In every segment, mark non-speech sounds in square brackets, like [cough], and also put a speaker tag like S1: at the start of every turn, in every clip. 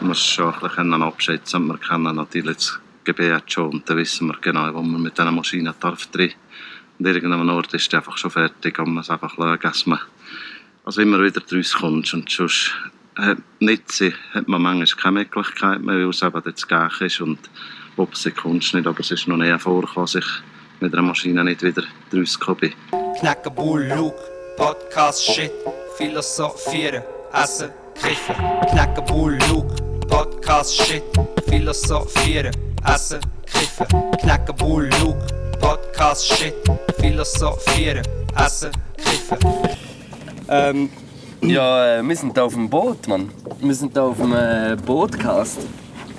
S1: muss schon ein bisschen abschätzen können. Wir kennen natürlich das Gebiet schon und dann wissen wir genau, wo man mit diesen Maschinen darf drin. Und irgendwann Ort ist die einfach schon fertig und man es einfach schauen, dass man also immer wieder rauskommst und sonst hat, nicht, hat man manchmal keine Möglichkeit mehr, weil es eben jetzt gleich ist und ob sie kommst nicht, aber es ist noch nie vorgekommen, dass ich mit einer Maschine nicht wieder rausgekommen bin.
S2: Knacken, Bullug, Podcast, Shit, Philosophieren, Essen, Kiffen. Knacken, Bullug, Podcast, Shit, Philosophieren, Essen, Kiffen. Knacken, Bullug, Podcast, Shit, Philosophieren, Essen, Kiffen.
S3: Ähm, ja, äh, wir sind hier auf dem Boot, Mann. Wir sind hier auf dem äh, Bootcast.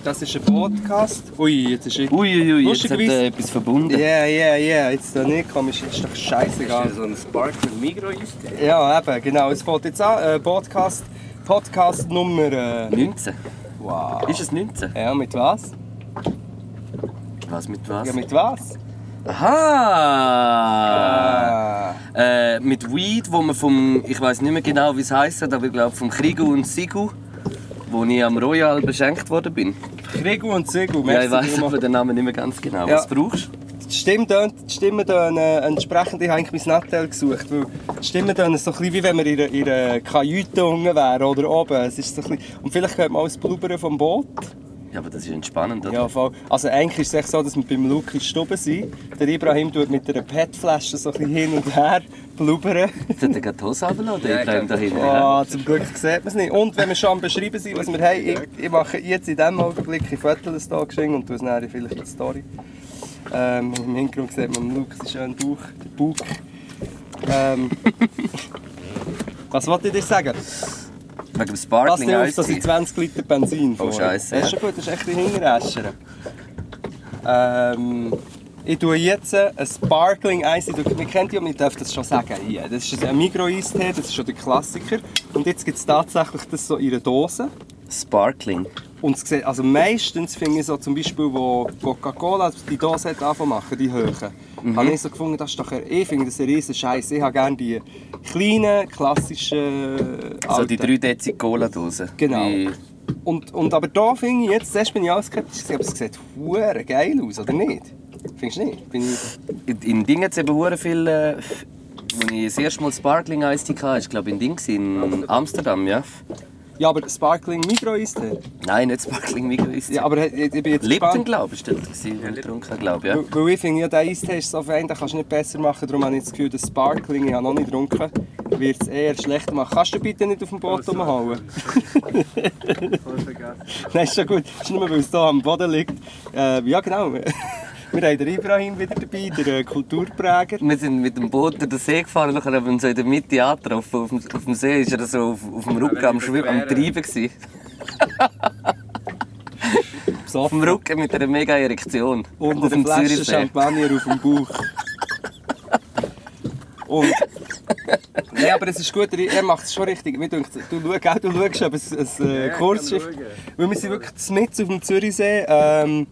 S4: Das ist ein Podcast. Ui, jetzt ist ich.
S3: Uiuiui, jetzt hat
S4: Lustigerweise-
S3: äh, etwas verbunden.
S4: Ja, ja, ja, jetzt da nicht komm, ist, ist doch scheißegal.
S3: so ein Spark mit Migros eingegeben?
S4: Ja, eben, genau. Es fängt jetzt an. Äh, Podcast, Podcast Nummer. Äh,
S3: 19.
S4: wow.
S3: Ist es 19?
S4: Ja, mit was?
S3: Was mit was?
S4: Ja, mit was?
S3: Aha!
S4: Ah.
S3: Äh, mit Weed, wo man vom, ich weiß nicht mehr genau, wie es heisst, aber ich glaube vom Krigu und Sigu, wo ich am Royal beschenkt worden bin.
S4: Krigu und Zigu,
S3: Ja, ich weiß
S4: vielmals.
S3: aber den Namen nicht mehr ganz genau.
S4: Ja.
S3: Was brauchst du?
S4: Die Stimmtöne, die Stimmtöne äh, entsprechend, ich habe eigentlich mein Nattel gesucht, weil die Stimmtöne sind so ein bisschen wie wenn wir in einer- in einer Kajüte unten wären oder oben. Es ist so ein bisschen, und vielleicht hört man auch das Blubbern vom Boot.
S3: Ja, aber das ist entspannend, oder?
S4: Ja, voll. Also eigentlich ist es echt so, dass wir beim Luki Stube sind. Der Ibrahim tut mit einer PET-Flasche so ein bisschen hin und her blubbern.
S3: Jetzt hat er gerade die Hose runtergelassen,
S5: Ja,
S3: ja,
S5: ich
S3: da
S5: glaub-
S3: hinten.
S4: Oh, zum Glück sieht man es nicht. Und wenn wir schon am Beschreiben sind, was wir haben, ich, ich mache jetzt in diesem Augenblick ein Viertel des Tages und tue es nachher vielleicht in die Story. Ähm, Im Hintergrund sieht man den Luke, seinen schönen Bauch, den Bauch. Ähm, [laughs] was wollte ich dir sagen?
S3: Wegen dem
S4: Pass
S3: Sparkling
S4: nicht auf, dass
S3: Eis.
S4: ich 20 Liter Benzin
S3: Oh,
S4: fahre.
S3: Scheisse,
S4: Das ist schon gut, das ist echt ein Hingeräschern. Ähm, ich tue jetzt ein Sparkling Eis. Ich tue- Wir kennen die ja, wir dürfen das schon sagen hier. Das ist ein Migros-Eistee, das ist schon der Klassiker. Und jetzt gibt es tatsächlich das so in einer Dose.
S3: Sparkling.
S4: Und es sieht, also meistens finde ich so zum Beispiel, wo Coca-Cola die Dose hat angefangen zu machen, die hohen,
S3: Mhm.
S4: habe ich so gefunden, das ist doch, ein- ich finde das ein riesen Scheiß. Ich habe gerne die kleinen, klassischen,
S3: So
S4: alten.
S3: Also die 3 Dezi Cola-Dose.
S4: Genau.
S3: Die-
S4: Und, und aber da finde ich jetzt, zuerst bin ich auch skeptisch, gewesen, aber es sieht hure geil aus, oder nicht? Findest du nicht? Bin ich,
S3: In- In Ding hat es eben hure viel. Äh, als ich das erste Mal Sparkling Eis hatte, war glaube in Ding, in Amsterdam, ja?
S4: ja, aber Sparkling Micro ist der.
S3: Nein, nicht Sparkling Migros.
S4: Ja, aber ich, ich bin jetzt
S3: Lipton,
S4: gespannt.
S3: glaube ich, war das, den ich getrunken glaube ja.
S4: Weil, weil ich finde, ja, der Eistee ist so fein, den kannst du nicht besser machen. Darum habe ich das Gefühl, das Sparkling, ich habe noch nicht getrunken, wird es eher schlechter machen. Kannst du bitte nicht auf dem Boot rumhauen? [laughs] Nein, ist schon gut. Ist nur, weil es hier am Boden liegt. Äh, ja, genau. [laughs] Wir haben den Ibrahim wieder dabei, der äh, Kulturpräger.
S3: Wir sind mit dem Boot durch den See gefahren, nachher haben wir uns so in der Mitte angetroffen. Auf dem, auf dem See war er so auf, auf dem Rücken am, Schwimmen, am Treiben. Gewesen.
S4: [laughs]
S3: Auf dem Rücken mit einer mega Erektion.
S4: Und
S3: auf dem
S4: eine Flasche Champagner auf dem Bauch. Und. Nein, aber es ist gut, er- er macht es schon richtig. Mir dünkt, du, schau, auch du schaust, ob es ein äh, Kursschiff. Weil wir sind wirklich mitten auf dem Zürichsee. Ähm,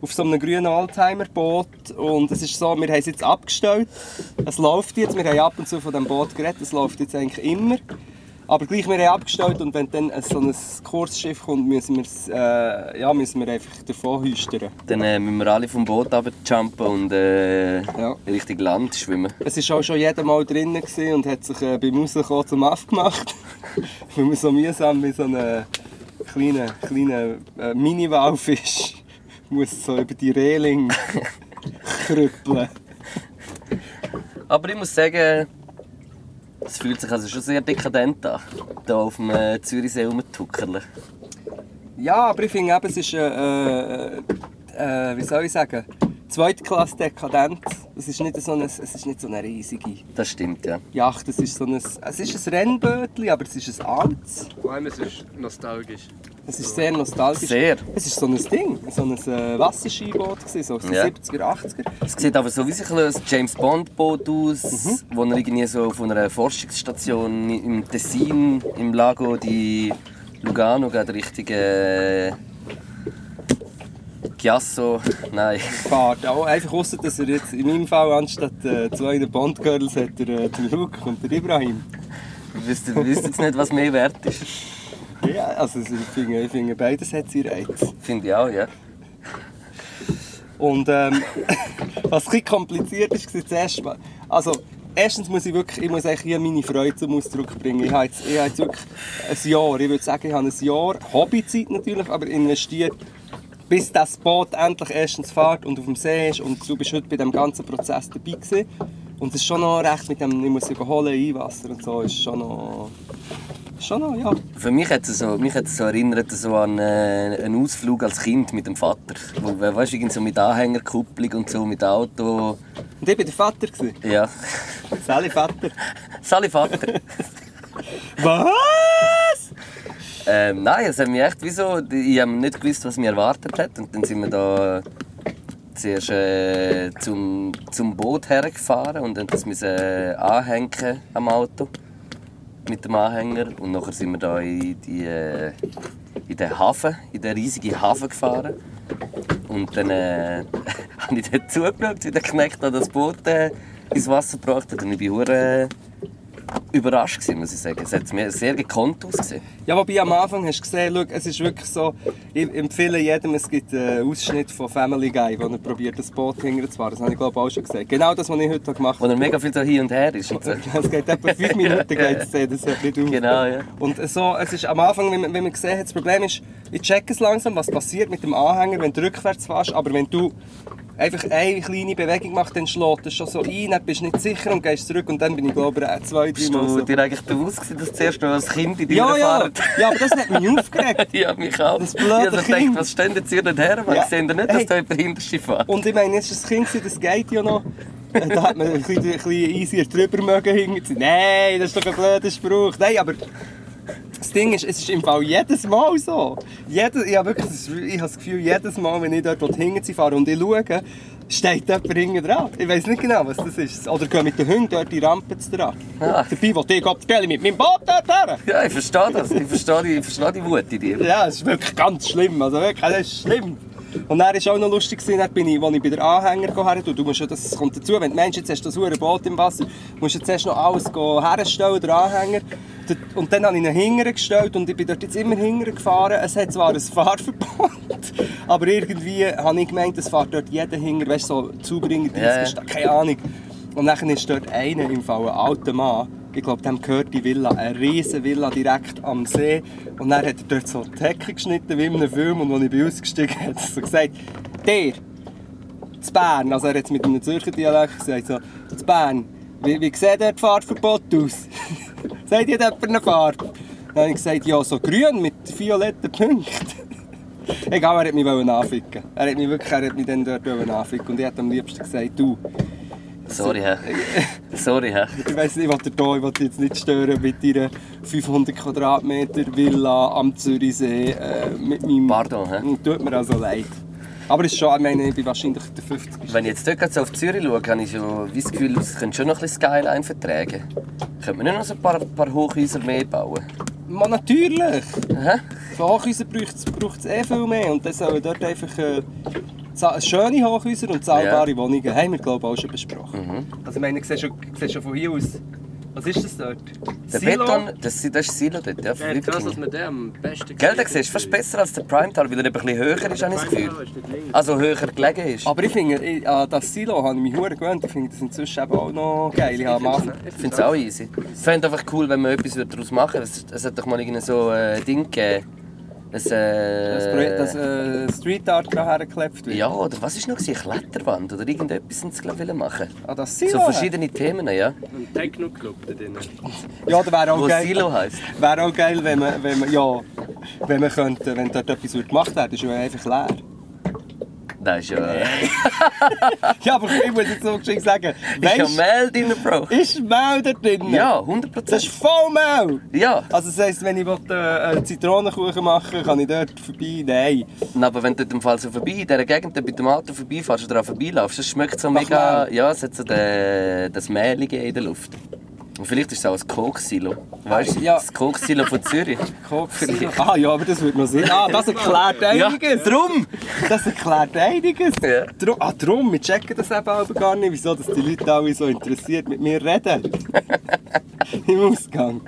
S4: auf so einem grünen Oldtimer-Boot. Und es ist so, wir haben es jetzt abgestellt. Es läuft jetzt. Wir haben ab und zu von dem Boot geredet. Es läuft jetzt eigentlich immer. Aber gleich, wir haben abgestellt und wenn dann ein- so ein Kursschiff kommt, müssen wir, es, äh, ja, müssen wir einfach davon hüstern.
S3: Dann äh, müssen wir alle vom Boot runterjumpen und äh,
S4: Ja.
S3: Richtung Land schwimmen.
S4: Es war auch schon jeder mal drinnen gewesen und hat sich äh, beim Rauskommen zum Aff gemacht. [laughs] Weil man so mühsam wie so ein äh, kleiner, kleiner äh, Mini-Walfisch muss so über die Reling krüppeln.
S3: Aber ich muss sagen, es fühlt sich also schon sehr dekadent an, hier auf dem äh, Zürichsee rumzutuckerlen.
S4: Ja, aber ich finde eben, es ist, äh, äh, äh, wie soll ich sagen, Zweitklasse dekadent. Es ist nicht so eine, es ist nicht so eine riesige
S3: Das stimmt, ja.
S4: Yacht, es ist so ein, es ist ein Rennbötchen, aber es ist ein altes.
S5: Vor allem, es ist nostalgisch.
S4: Es ist sehr nostalgisch.
S3: Sehr.
S4: Es ist so ein Ding, so ein äh, Wasserskiboot, gewesen, so aus den
S3: Ja.
S4: 70er, 80er.
S3: Es sieht aber so wie sich ein James Bond Boot aus, wo er irgendwie so von einer Forschungsstation im Tessin, im Lago di Lugano, geht Richtung äh, Chiasso, nein, [laughs]
S4: Fahrt. Auch einfach ausser, dass er jetzt in meinem Fall anstatt äh, zwei Bond-Girls hat er äh, den Luke und den Ibrahim.
S3: wisst, wisst jetzt nicht, was mehr wert ist.
S4: Ja, Also ich finde, ich finde beides hat seinen Reiz.
S3: Finde ich auch, ja.
S4: Und ähm, [laughs] was ein bisschen kompliziert ist, war zuerst mal. Also, erstens muss ich wirklich, ich muss eigentlich hier meine Freude zum Ausdruck bringen. Ich habe jetzt, ich habe jetzt wirklich ein Jahr, ich würde sagen, ich habe ein Jahr, Hobbyzeit natürlich, aber investiert, bis das Boot endlich erstens fährt und auf dem See ist und du bist heute bei dem ganzen Prozess dabei gewesen. Und es ist schon noch recht mit dem, ich muss ja holen, Einwasser und so, ist schon noch, schon noch, ja.
S3: Für mich hat es so, mich hat es so erinnert so an äh, einen Ausflug als Kind mit dem Vater. Wo, we- weißt du, irgend so mit Anhängerkupplung und so, mit Auto.
S4: Und ich war der Vater. gewesen.
S3: Ja. [laughs]
S4: Sally Vater.
S3: Sali Vater.
S4: Was?
S3: ähm, nein, es hat mich echt wie so, ich habe nicht gewusst, was mich erwartet hat. Und dann sind wir da äh, zuerst äh, zum, zum Boot hergefahren und dann das müssen äh, anhängen am Auto. mit dem Anhänger und nachher sind wir da in, die, äh, in den Hafen, in den riesigen Hafen gefahren. Und dann äh, [laughs] habe ich dort zugeschaut, wie der Knecht an das Boot äh, ins Wasser gebracht hat. Und ich war sehr überrascht, gewesen, muss ich sagen. Es hat mir sehr gekonnt ausgesehen.
S4: Ja, wobei am Anfang hast du gesehen, schau, es ist wirklich so, ich empfehle jedem, es gibt einen Ausschnitt von Family Guy, wo er probiert, das Boot hinterzufahren. Das habe ich glaube ich, auch schon gesagt. Genau das, was ich heute gemacht
S3: Wo
S4: habe.
S3: er mega viel so hier und her ist. Und so.
S4: [laughs] Es geht
S3: [laughs]
S4: etwa fünf Minuten, geht's zu sehen, das hört nicht auf.
S3: Genau, ja.
S4: Und so, es ist am Anfang, wenn man, wenn man gesehen hat, das Problem ist, ich check es langsam, was passiert mit dem Anhänger, wenn du rückwärts fährst, aber wenn du einfach eine kleine Bewegung machst, dann schlägt es schon so ein, dann bist du nicht sicher und gehst zurück und dann bin ich glaube ich zwei, drei
S3: Bist
S4: Mal
S3: du
S4: so.
S3: dir eigentlich bewusst, gewesen, dass zuerst noch als Kind in
S4: Ja,
S3: deiner
S4: ja,
S3: Fahrt...
S4: ja, aber das hat mich aufgeregt.
S3: [laughs] Die haben mich auch.
S4: Das
S3: Ich
S4: blöde
S3: habe so gedacht,
S4: Kind.
S3: was stehen jetzt hier nicht her? Man
S4: Ja.
S3: ja. sehen nicht, dass
S4: Hey.
S3: da jemand hinterste fährt.
S4: Und ich meine, es war ein Kind, das geht ja noch. Da hat man ein bisschen, ein bisschen easier drüber mögen hingezogen. Nein, das ist doch ein blöder Spruch. Nein, aber das Ding ist, es ist im Fall jedes Mal so. Jedes, ich, habe wirklich, das- ich habe das Gefühl, jedes Mal, wenn ich dort hinten fahre und ich schaue, steht jemand hinten dran. Ich weiß nicht genau, was das ist. Oder gehen mit den Hunden dort die Rampe zu dran.
S3: Ah.
S4: Dabei wollte ich Gott stelle mit meinem Boot dort her.
S3: Ja, ich verstehe das. Ich verstehe, die- ich verstehe die Wut in dir.
S4: Ja, es ist wirklich ganz schlimm. Also wirklich, das ist schlimm. Und dann war auch noch lustig, gewesen, dann bin ich, als ich bei den Anhänger her tue, du musst ja, das kommt dazu, wenn du meinst, jetzt hast du das hure Boot im Wasser, musst du jetzt erst noch alles go herstellen, den Anhänger. Dort- Und dann habe ich ihn hinterher gestellt und ich bin dort jetzt immer hinterher gefahren. Es hat zwar ein Fahrverbot, [laughs] aber irgendwie habe ich gemeint, es fährt dort jeder hinterher, weißt du, so Zubringer,
S3: Ja, ja.
S4: 30 Sta- keine Ahnung. Und dann ist dort einer im Fall, ein alter Mann, ich glaube, dem gehört die Villa, eine riesige Villa direkt am See. Und dann hat er dort so die Hecke geschnitten, wie in einem Film. Und als ich bei ausgestiegen bin, hat er so gesagt, der, zu Bern, also er hat es mit einem Zürcher Dialekt gesagt, so, zu Bern, wie, wie sieht dort Fahrverbot aus? [laughs] Seid ihr dort eine Farbe? Dann habe ich gesagt, ja, so grün mit violetten Punkten. [laughs] Egal, er hat mich wollen anficken. Er hat mich wirklich, er hat mich dann dort wollen anficken. Und ich hätte am liebsten gesagt, du,
S3: Sorry, hä? Sorry, hä?
S4: ich weiss nicht, was der da, ich will dich jetzt nicht stören mit deiner 500 Quadratmeter Villa am Zürichsee. Äh, mit meinem... Hm,
S3: Pardon, hä?
S4: Tut mir also leid. Aber es ist schon, ich meine, ich bin wahrscheinlich der 50.
S3: Wenn ich jetzt dort gerade so auf Zürich schaue, habe ich schon wie das Gefühl, es könnte schon noch ein bisschen Skyline vertragen. Könnte man nicht noch so ein paar, paar Hochhäuser mehr bauen?
S4: Man, natürlich!
S3: Hä?
S4: Von Hochhäusern braucht es eh viel mehr. Und dann sollen dort einfach äh, za- schöne Hochhäuser und zahlbare Wohnungen. Haben wir, glaube ich, auch schon besprochen.
S3: Mhm.
S4: Also, ich meine, ich sehe schon, ich sehe schon von hier aus. Was ist das dort?
S3: Der
S4: Silo?
S3: Beton, das, das ist Silo dort, ja,
S5: Ja, krass, dass
S3: Flipking.
S5: man den am besten
S3: Gell, der siehst du fast besser als der Primetal, weil er eben ein bisschen höher ist, habe ich das Gefühl.
S5: Gefühl.
S3: Also höher gelegen ist.
S4: Aber ich finde, ich, an das Silo habe ich mich hure gewöhnt. Ich finde das inzwischen eben auch noch geil. Ich habe am Anfang-
S3: Ich finde es auch easy. Ich fände einfach cool, wenn man etwas daraus machen würde. Es- Es hat doch mal irgendein so äh, Ding gegeben. Ein, äh,
S4: Das äh, Projekt, dass äh, Street Art dran hergeklebt wird.
S3: Ja, oder was war noch? gewesen? Eine Kletterwand oder irgendetwas, das sie glaub ich, wollen machen.
S4: An das
S3: So
S4: Ah, Silo?
S3: verschiedene Themen, ja.
S5: Ein Techno-Club da drinnen.
S4: Ja, das wäre auch
S3: Wo
S4: geil.
S3: Silo heisst.
S4: Wäre auch geil, wenn man, wenn man, ja, wenn man könnte, wenn dort etwas wird gemacht werden, ist ja
S3: [laughs]
S4: einfach leer.
S3: Das [laughs] ist ja...
S4: Äh, Ja, aber ich muss jetzt so geschickt sagen,
S3: Das ist ja
S4: weißt
S3: Mehl drin, Bro.
S4: du, ist Mehl dort drin?
S3: Ja, 100
S4: Das ist voll Mehl!
S3: Ja,
S4: Also das heisst, wenn ich will, äh, äh, Zitronenkuchen machen kann ich dort vorbei? Nein.
S3: Na, aber wenn du dort im Fall so vorbei, in dieser Gegend dort mit dem Auto vorbeifährst oder daran vorbeilaufst, es schmeckt so
S4: Nach
S3: mega... Ja, es hat so den, das Mehlige in der Luft. Und vielleicht ist es auch ein Koksilo. Weißt du,
S4: Ja.
S3: das Koksilo von
S4: [laughs]
S3: Zürich.
S4: Koksilo. Ah ja, aber das wird noch Sinn. Ah, das erklärt einiges.
S3: drum!
S4: Das erklärt einiges.
S3: Ja.
S4: Drum, ah, drum, wir checken das eben aber gar nicht, wieso dass
S3: [laughs]
S4: die Leute alle so interessiert mit mir reden. Im Ausgang.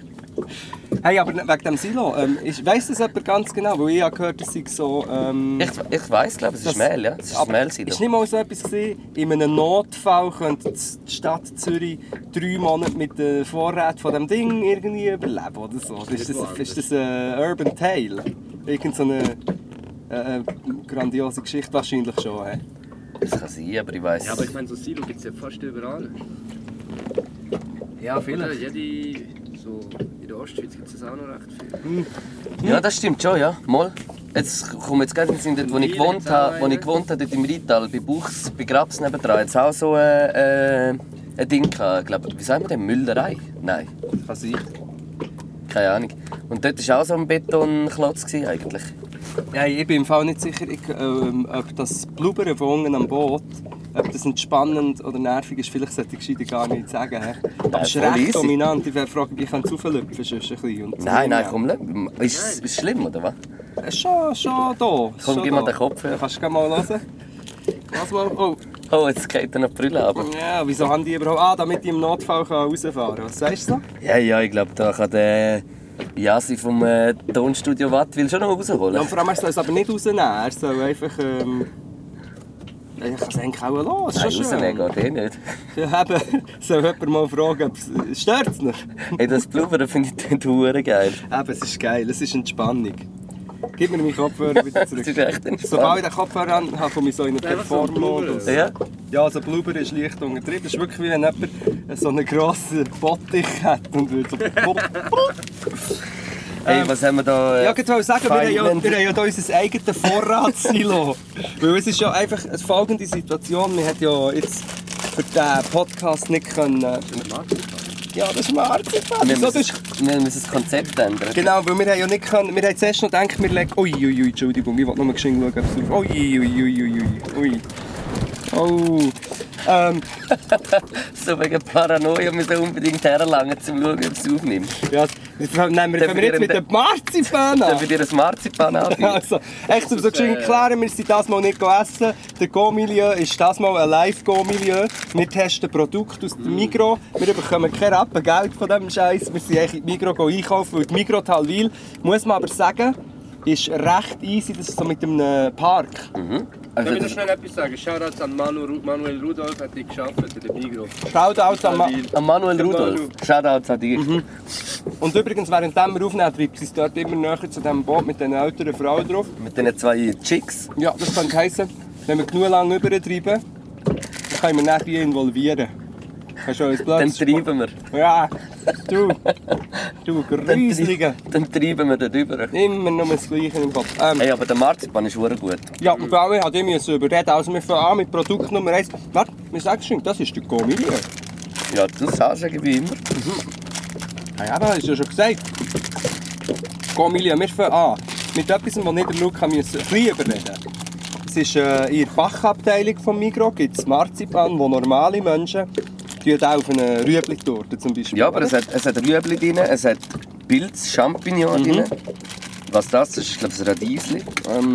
S4: Hey, aber wegen dem Silo, ähm, ist- weiss das jemand ganz genau? Weil ich habe gehört, es sei so... Ähm,
S3: Ich, ich weiß, glaube es ist
S4: Das-
S3: Mehl, ja. Es ist
S4: aber
S3: Mehl Silo.
S4: Ist nicht mal so etwas gewesen, in einem Notfall könnte die Stadt Zürich drei Monate mit den Vorräten von dem Ding irgendwie überleben oder so. Oder Ist das, ist das ein äh, Urban Tale? Irgend so eine äh, äh, grandiose Geschichte wahrscheinlich schon. hä?
S3: Das kann sein, aber ich weiß.
S5: Ja, aber ich meine, so Silo gibt es ja fast überall.
S4: Ja,
S5: Oder jede, so in der Ostschweiz gibt es das auch noch recht viel.
S3: Ja, das stimmt schon, ja. Mal. Jetzt komme jetzt gerade in den Sinn, dort, wo ich
S5: Viele
S3: gewohnt habe, wo ich
S5: Zahlen.
S3: gewohnt habe, dort im Rital, bei Buchs, bei Grabs nebendran, jetzt auch so äh, äh, ein Ding gehabt, glaube Wie sagt man denn? Müllerei? Nein,
S4: Kann sein.
S3: keine Ahnung. Und dort war auch so ein Betonklotz gewesen, eigentlich.
S4: Ja, ich bin im Fall nicht sicher, ich, ähm, ob das Blubbern von unten am Boot, ob das entspannend oder nervig ist, vielleicht sollte ich gescheiter gar nicht sagen. hä? Aber es ist
S3: voll
S4: recht
S3: easy.
S4: dominant. Ich wäre fragen, wie ich kann es auflöpfen sonst ein bisschen. Und-
S3: Nein, nein, komm, lass- ist es ist schlimm, oder was?
S4: Äh, Schon, schon da.
S3: Komm,
S4: schon
S3: gib mir
S4: da.
S3: den Kopf, ja.
S4: Ja, Kannst du gleich mal hören? Lass mal. Oh,
S3: Oh, jetzt geht er noch die Brille ab.
S4: ja, wieso haben die überhaupt... Ah, damit ich im Notfall kann rausfahren kann. Was sagst du?
S3: Ja, ja, ich glaube, da kann der Jasi vom äh, Tonstudio Wattwil schon noch
S4: Ja,
S3: rausholen.
S4: und vor allem, er soll es aber nicht rausnehmen. Er soll einfach... Ähm, ja, ich kann es eigentlich auch los.
S3: Nein,
S4: Schon schön.
S3: rausnehmen geht eh nicht.
S4: Ja, eben. [laughs] Soll jemand mal fragen, ob es... Stört es nicht?
S3: Hey, das Blubbern finde ich dort hure geil.
S4: Eben, es ist geil. Es ist Entspannung. Gib mir meinen Kopfhörer
S3: [laughs]
S4: wieder
S3: Das
S4: zurück.
S3: ist echt
S4: Sobald ich
S3: entspannt.
S4: den Kopfhörer an habe, komme ich so in einen
S5: Nein, was soll
S4: Perform-Modus.
S5: Blubbern?
S3: Ja.
S4: Ja, also Blubber ist leicht untertrieben. Es ist wirklich wie wenn jemand so einen grossen Bottich hat und würde so...
S3: [laughs] Hey, was haben wir da? äh,
S4: ja, ich wollte sagen, wir haben ja, wir
S3: Feynman-
S4: haben ja da unser
S3: [laughs]
S4: eigenes Vorratssilo. Weil es ist ja einfach eine folgende Situation. Wir hätten ja jetzt für diesen Podcast nicht können... Ja, das ist Marzipan.
S3: Wir
S4: So, das
S3: müssen,
S4: ist
S3: wir müssen das Konzept ändern.
S4: Genau, weil wir haben ja nicht können, wir haben zuerst noch gedacht, wir legen... Ui, ui, ui, Entschuldigung, ich wollte nur geschwind schauen, ob es drauf... Ui, ui, ui, ui, ui, ui. Oh. Ähm,
S3: So wegen Paranoia müssen wir unbedingt herlangen, um zu schauen, ob es aufnimmt.
S4: ja, nehmen wir,
S3: Dann
S4: fangen wir jetzt
S3: wird
S4: mit
S3: er-
S4: dem Marzipan an.
S3: Dann wird ihr ein
S4: [laughs]
S3: Marzipan anbieten.
S4: Also, echt, um so zu klären, wir sind das Mal nicht gegessen. Der Go-Milieu ist das Mal ein Live-Go-Milieu. Wir testen Produkte aus dem Migro. Wir bekommen kein Rappen Geld von diesem Scheiß. Wir sind eigentlich in die Migro go einkaufen, weil die Migro Talwil, muss man aber sagen, ist recht easy, das ist so mit einem Park.
S5: Darf
S3: Also,
S5: ich noch
S3: das,
S5: schnell etwas sagen? Shoutouts an Manu, Ru- Manuel Rudolf, hat die geschafft in der Migro.
S4: Shoutout an... Ma
S3: an Manuel
S5: Der Manu.
S3: Rudolf. Shoutout an dich.
S4: Und übrigens, während wir aufnehmen, treibt sie es dort immer näher zu diesem Boot mit den älteren Frauen drauf.
S3: Mit diesen zwei Chicks.
S4: Ja, das könnte heissen, wenn wir genug lange übertreiben, dann können wir nachher involvieren. Kannst du uns
S3: Dann
S4: Platz
S3: treiben wir.
S4: Ja, du, du Grüßlinge.
S3: Dann treiben wir darüber.
S4: Immer nur das Gleiche im Kopf. Ähm,
S3: Hey, aber der Marzipan ist hure gut.
S4: ja, und bei allem hat ich müssen überreden. Also wir fangen an mit Produkt Nummer 1. Warte, wir sagen schon, das ist der Gomilie.
S3: Ja, das sagst du wie immer.
S4: Ah Ja, dus das hast du ja schon gesagt. Gomilie, wir fangen an. Mit etwas, das nicht der Luca müssen ein bisschen überreden Es ist äh, in der Bachabteilung des Migros gibt es Marzipan, wo normale Menschen die auch auf eine Rüebli-Torte zum Beispiel.
S3: Ja, aber es hat, es hat Rüebli drin, es hat Pilz, Champignon drin. Was das ist, ich glaube, es Radiesli.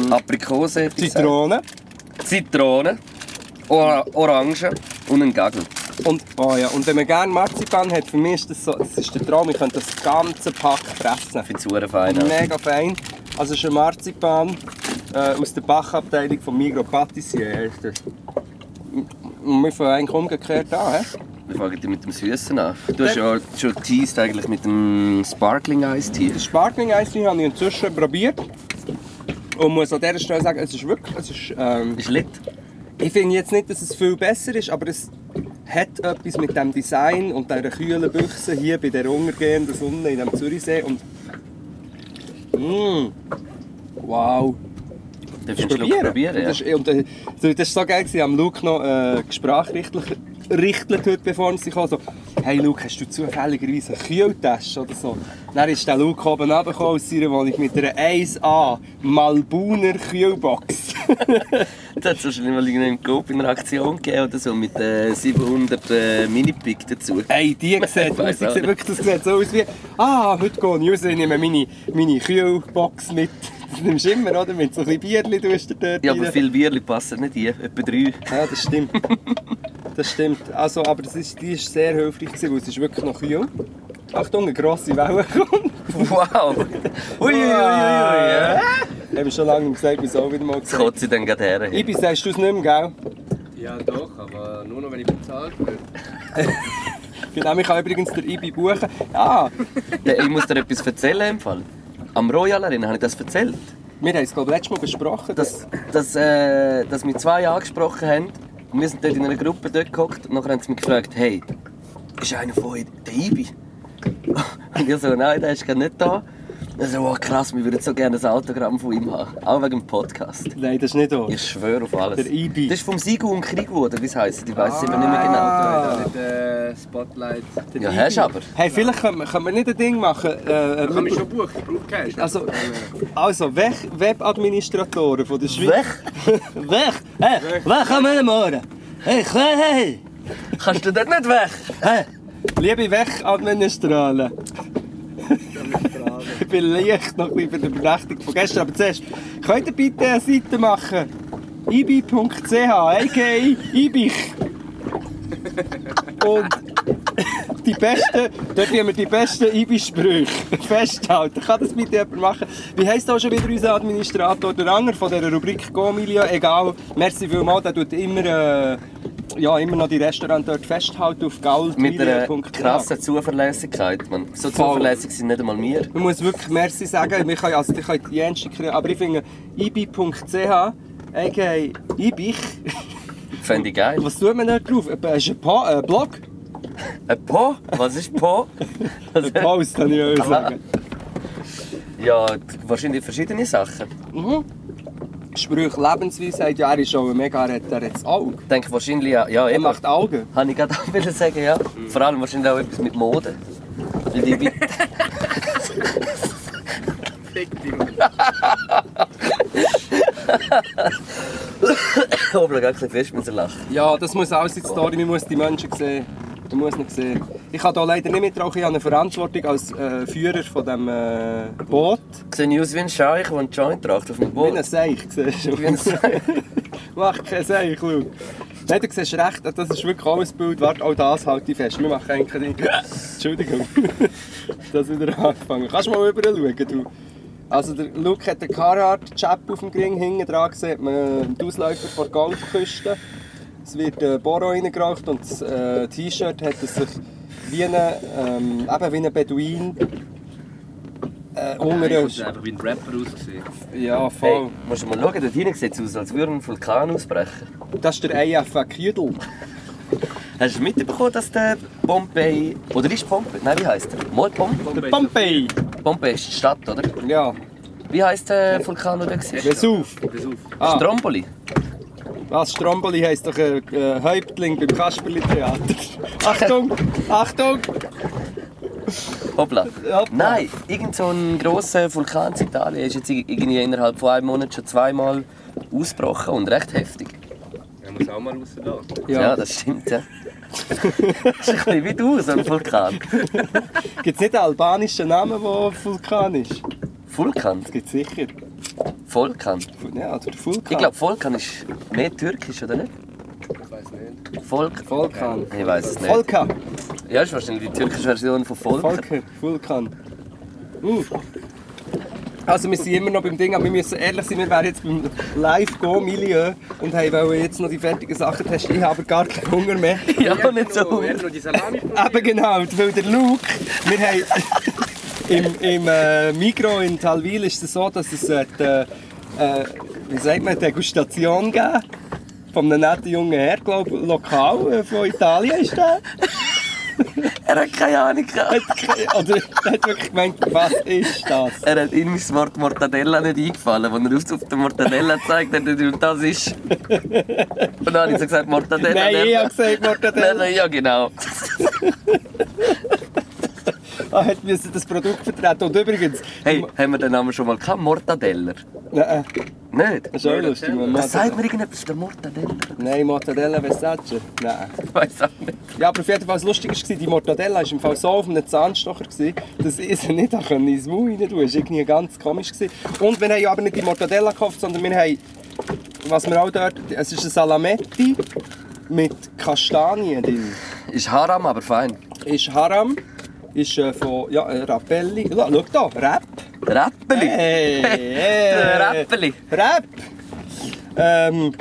S3: Aprikose. hätte ich gesagt.
S4: Zitrone
S3: Zitrone, Ora- Orange und ein Gagel.
S4: Und, oh ja, und wenn man gerne Marzipan hat, für mich ist das so, das ist der Traum, ich könnte das ganze Pack fressen.
S3: Ich finde es fein. auch.
S4: Mega fein. Also es ist ein Marzipan äh, aus der Bachabteilung von Migro Patissier. ist das. Und wir fangen eigentlich umgekehrt an, hä?
S3: Wir fangen die mit dem Süßen an. Du hast ja schon teased eigentlich mit dem Sparkling Ice Tea.
S4: Das Sparkling Eisli habe ich inzwischen probiert. Und muss an dieser Stelle sagen, es ist wirklich, es ist, ähm,
S3: Ist lit.
S4: ich finde jetzt nicht, dass es viel besser ist, aber es hat etwas mit dem Design und dieser kühlen Büchse hier bei der untergehenden Sonne in dem Zürichsee und Mm. Wow.
S3: Darfst du einen Schluck probieren?
S4: Und
S3: Ja.
S4: das, ist- und, äh, so- das ist so geil, gewesen, ich habe Luke noch äh, sprachrichtlich richtelt heute, bevor wir sie kamen. So, hey Luke, hast du zufälligerweise eine Kühltasche oder so? Dann ist der Luke oben runtergekommen aus seiner Wohnung mit einer 1A Malbuner Kühlbox. [laughs]
S3: Da hat es wahrscheinlich mal irgendeinen Coop in einer Aktion gegeben oder so mit äh, 700 äh, Minipick dazu.
S4: Ey, die sieht,
S3: [laughs] Ich
S4: aus,
S3: weiss
S4: die
S3: auch
S4: sieht wirklich das sieht so aus wie, ah, heute gehe ich raus, ich nehme meine, meine Kühlbox mit. [laughs] Das nimmst du immer, oder? Mit so ein bisschen Bierchen tust du dort
S3: Ja,
S4: rein.
S3: aber viele Bierli passen nicht hier. Etwa drei.
S4: Ja, das stimmt. Das stimmt. Also, aber das ist, die war sehr hilfreich, gewesen, weil es ist wirklich noch kühl. Achtung, eine grosse Welle [laughs] kommt.
S3: Wow! Uiuiuiui! Ja.
S4: Ich habe schon lange nicht gesagt, ich auch wieder mal
S3: Jetzt
S4: gesagt.
S3: kommt sie dann gerade her. Äh, hier.
S4: Ibi, sagst du es nicht mehr, gell?
S5: Ja, doch, aber nur noch, wenn ich bezahlt werde.
S4: Genau, ich kann übrigens der Ibi buchen. Ah,
S3: Der- Ich muss dir etwas erzählen im Fall. Am Royal Arena habe ich das erzählt.
S4: wir haben es glaube ich, letztes Mal besprochen.
S3: Dass, dass, äh, dass mich zwei angesprochen haben. Und wir sind dort in einer Gruppe dort gehockt und nachher haben sie mich gefragt, hey, ist einer von euch der Ibi? [laughs] Und ich so, nein, der ist gerade nicht da. Und ich so, wow, krass, wir würden so gerne ein Autogramm von ihm haben. Auch wegen dem Podcast.
S4: Nein, das ist nicht wahr.
S3: Ich schwöre auf alles.
S4: Der Ibi.
S3: Das ist vom Sigu und Krieg oder wie es heisst. Ich weiß es eben nicht mehr genau.
S5: Ah. Mit äh, Spotlight.
S4: Der
S3: Ja,
S4: Ibi.
S3: hast du aber.
S4: Hey, vielleicht können wir, können wir nicht ein Ding machen. Äh,
S5: Ich kann
S4: äh,
S5: mich schon buchen, ich brauche Cash.
S4: also, also welche Webadministratoren von der Schweiz...
S3: Weg!
S4: Weg! Hey, weg am Morgen! Hey, hey,
S3: Kannst du dort nicht weg?
S4: hey! Liebe Wechatministrale! [laughs] ich bin leicht noch über der Benachrichtigung von gestern, aber zuerst, könnt ihr bitte eine Seite machen? ibi.ch, aka
S3: [laughs]
S4: ibich. Und die besten, dort haben wir die besten Ibi-Sprüche [laughs] festhalten. Kann das bitte jemand machen? Wie heisst auch schon wieder unser Administrator, der Anger von dieser Rubrik «Go, Emilio?» Egal, merci vielmals, der tut immer, äh, ja, immer noch die Restaurants dort festhalten auf
S3: Mit einer
S4: gaultmilia.ch.
S3: krassen Zuverlässigkeit, Mann. So
S4: genau. Voll.
S3: zuverlässig sind nicht einmal wir.
S4: Man muss wirklich Merci sagen. Wir können, also, ich kann die Jens schicken, aber ich finde ibi.ch, aka ibich,
S3: Fände ich geil.
S4: was tut man da drauf? Ein- Ist ein, po, ein Blog?
S3: Ein Äh, Po? Was ist Po?
S4: Ein Post, kann ich euch sagen.
S3: ja, d- wahrscheinlich verschiedene Sachen.
S4: Mhm. Sprüche, Lebensweisheit, ja, er ist schon mega, er hat, er hat das Auge.
S3: Ich denke wahrscheinlich auch. Ja,
S4: Er
S3: eben.
S4: macht Augen.
S3: Habe ich gerade auch wollen sagen, ja. Vor allem wahrscheinlich auch etwas mit Mode. Weil die [laughs] Bi-
S5: Fick dich, Mann.
S3: oben gerade ein bisschen fest müssen lachen.
S4: Ja, das muss alles in die Story, man muss die Menschen sehen. Man muss nicht sehen. Ich kann hier leider nicht mitrauchen, ich habe eine Verantwortung als äh, Führer von diesem äh, Boot.
S3: Sehe ich aus wie ein Scheich, der einen Joint raucht auf dem
S4: Wie ein
S3: Boot.
S4: Seich, siehst du.
S3: Wie ein Scheich.
S4: Mach keinen Seich, schau. Nein, du siehst recht, das ist wirklich alles Bild. Warte, auch das halte ich fest. Wir machen eigentlich kein Ding. Entschuldigung. [laughs] das wieder angefangen. Kannst du mal rüber schauen, du. Also der Luke hat den Carhartt-Chap auf dem Gring, hinten dran sieht man die Ausläufer vor der Goldküste. Es wird äh, Boro reingeraucht und das äh, T-Shirt hat es sich wie ein, ähm, eben wie ein Beduin äh, unter
S5: Ich muss einfach wie ein Rapper aussehen.
S4: Ja, voll.
S3: Hey, musst du mal schauen, dort hinten sieht es aus, als würde ein Vulkan ausbrechen.
S4: Das ist der AFA Küdel.
S3: Hast du mitbekommen, dass der Pompeii... Oder ist Pompeii? Nein, wie heisst er? Mal Pompeii?
S4: Der Pompey!
S3: Pompeii ist die Stadt, oder?
S4: Ja,
S3: Wie heisst der Vulkan, der da war?
S4: Vesuv.
S5: Pass auf.
S4: Ah.
S3: Stromboli.
S4: Was? Stromboli heisst doch äh, äh, Häuptling
S3: [laughs]
S4: beim Kasperli-Theater. Achtung! Achtung!
S3: Hoppla.
S4: Hoppla.
S3: Nein, irgend so ein grosser Vulkan in Italien ist jetzt irgendwie innerhalb von einem Monat schon zweimal ausgebrochen und recht heftig.
S5: Er muss auch mal raus da. [laughs]
S3: Ja, das stimmt, ja. das ist ein bisschen wie du, so ein Vulkan.
S4: Gibt es nicht einen albanischen Namen, der Vulkan ist?
S3: Vulkan?
S4: Gibt es sicher.
S3: Vulkan?
S4: Ja, oder der Vulkan.
S3: Ich glaube, Vulkan ist mehr türkisch, oder nicht?
S5: Ich weiß nicht.
S3: Volk...
S4: Vulkan.
S3: Ich weiß es nicht.
S4: Volka.
S3: Ja, ist wahrscheinlich die türkische Version von Volker.
S4: Volker. Vulkan. Uh. Also wir sind immer noch beim Ding, aber wir müssen ehrlich sein, wir wären jetzt beim Live-Go-Milieu und haben wollen jetzt noch die fertigen Sachen testen. Ich habe aber gar keinen Hunger mehr.
S3: Ja, aber nicht so.
S5: Oh, Er hat noch die Salami
S4: Eben genau, weil der Luke, wir haben [laughs] im, im äh, Migro in Talwil ist es so, dass es äh, die, äh, wie sagt man, Degustation gegeben von einem netten jungen Herr, glaub, lokal äh, von Italien ist der.
S3: Er hat keine Ahnung gehabt.
S4: Hat ke- Oder [laughs] er hat wirklich gemeint, was ist das?
S3: Er hat ihm das Wort Mortadella nicht eingefallen. Als er auf- auf die Mortadella zeigt, hat er gesagt, das
S4: [laughs]
S3: ist. Und dann habe ich so gesagt, Mortadella.
S4: Nein,
S3: der-
S4: ich habe gesagt
S3: Nein,
S4: Mortadella.
S3: nein, ja, genau.
S4: Ah, hat müssen das Produkt vertreten. Und übrigens...
S3: Hey, haben wir den Namen schon mal gehabt? Mortadella.
S4: Nein, äh,
S3: Nicht?
S4: das ist auch lustig. man.
S3: Was sagt
S4: Mortadella.
S3: mir irgendetwas? Der Mortadella?
S4: Nein, Mortadella Versace. Nein.
S3: Ich weiß auch nicht.
S4: Ja, aber auf jeden Fall, was lustig war, die Mortadella war im Fall so auf einem Zahnstocher, gewesen, dass ich sie nicht [laughs] auch ins Maul rein tun konnte. Das war irgendwie ganz komisch. Gewesen. Und wir haben ja aber nicht die Mortadella gekauft, sondern wir haben, was wir auch dort, es ist ein Salametti mit Kastanien drin.
S3: Ist Haram, aber fein.
S4: Ist Haram, ist äh, von ja, äh, Rappelli. Ja, schau da, Rap.
S3: Rappeli!
S4: Hey, hey.
S3: Der Rappeli!
S4: Rap. Äh, Ähm,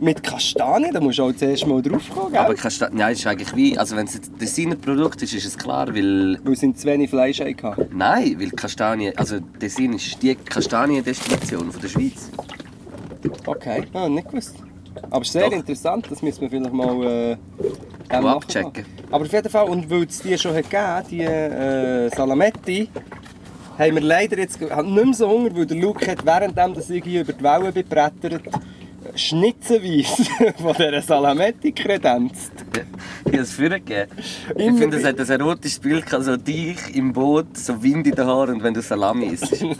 S4: mit Kastanien, da musst du auch zuerst mal drauf kommen, gell?
S3: Aber kein Sta- Nein, ist eigentlich wie. Also, wenn es jetzt Designer Produkt ist, ist es klar, weil.
S4: Weil sie zu wenig Fleisch hatten.
S3: Nein, weil Kastanien. Also, Design ist die Kastanien-Destination von der Schweiz.
S4: Okay, ah, nicht gewusst. Aber sehr
S3: Doch.
S4: interessant, das müssen wir vielleicht mal, äh,
S3: Mal
S4: ähm,
S3: abchecken.
S4: Aber auf jeden Fall, und weil es die schon hat gegeben die äh, Salametti, haben wir leider jetzt ge- haben nicht mehr so Hunger, weil der Luke hat währenddem, dass ich hier über die Wellen bin gebrettert, schnitzenweise [laughs] von dieser Salametti kredenzt.
S3: Ich habe es früher gegeben. Ich
S4: Immer
S3: finde, es
S4: wieder.
S3: hat ein erotisches Bild gehabt, so dich im Boot, so Wind in den Haaren und wenn du Salami
S4: [laughs]
S3: isst. Und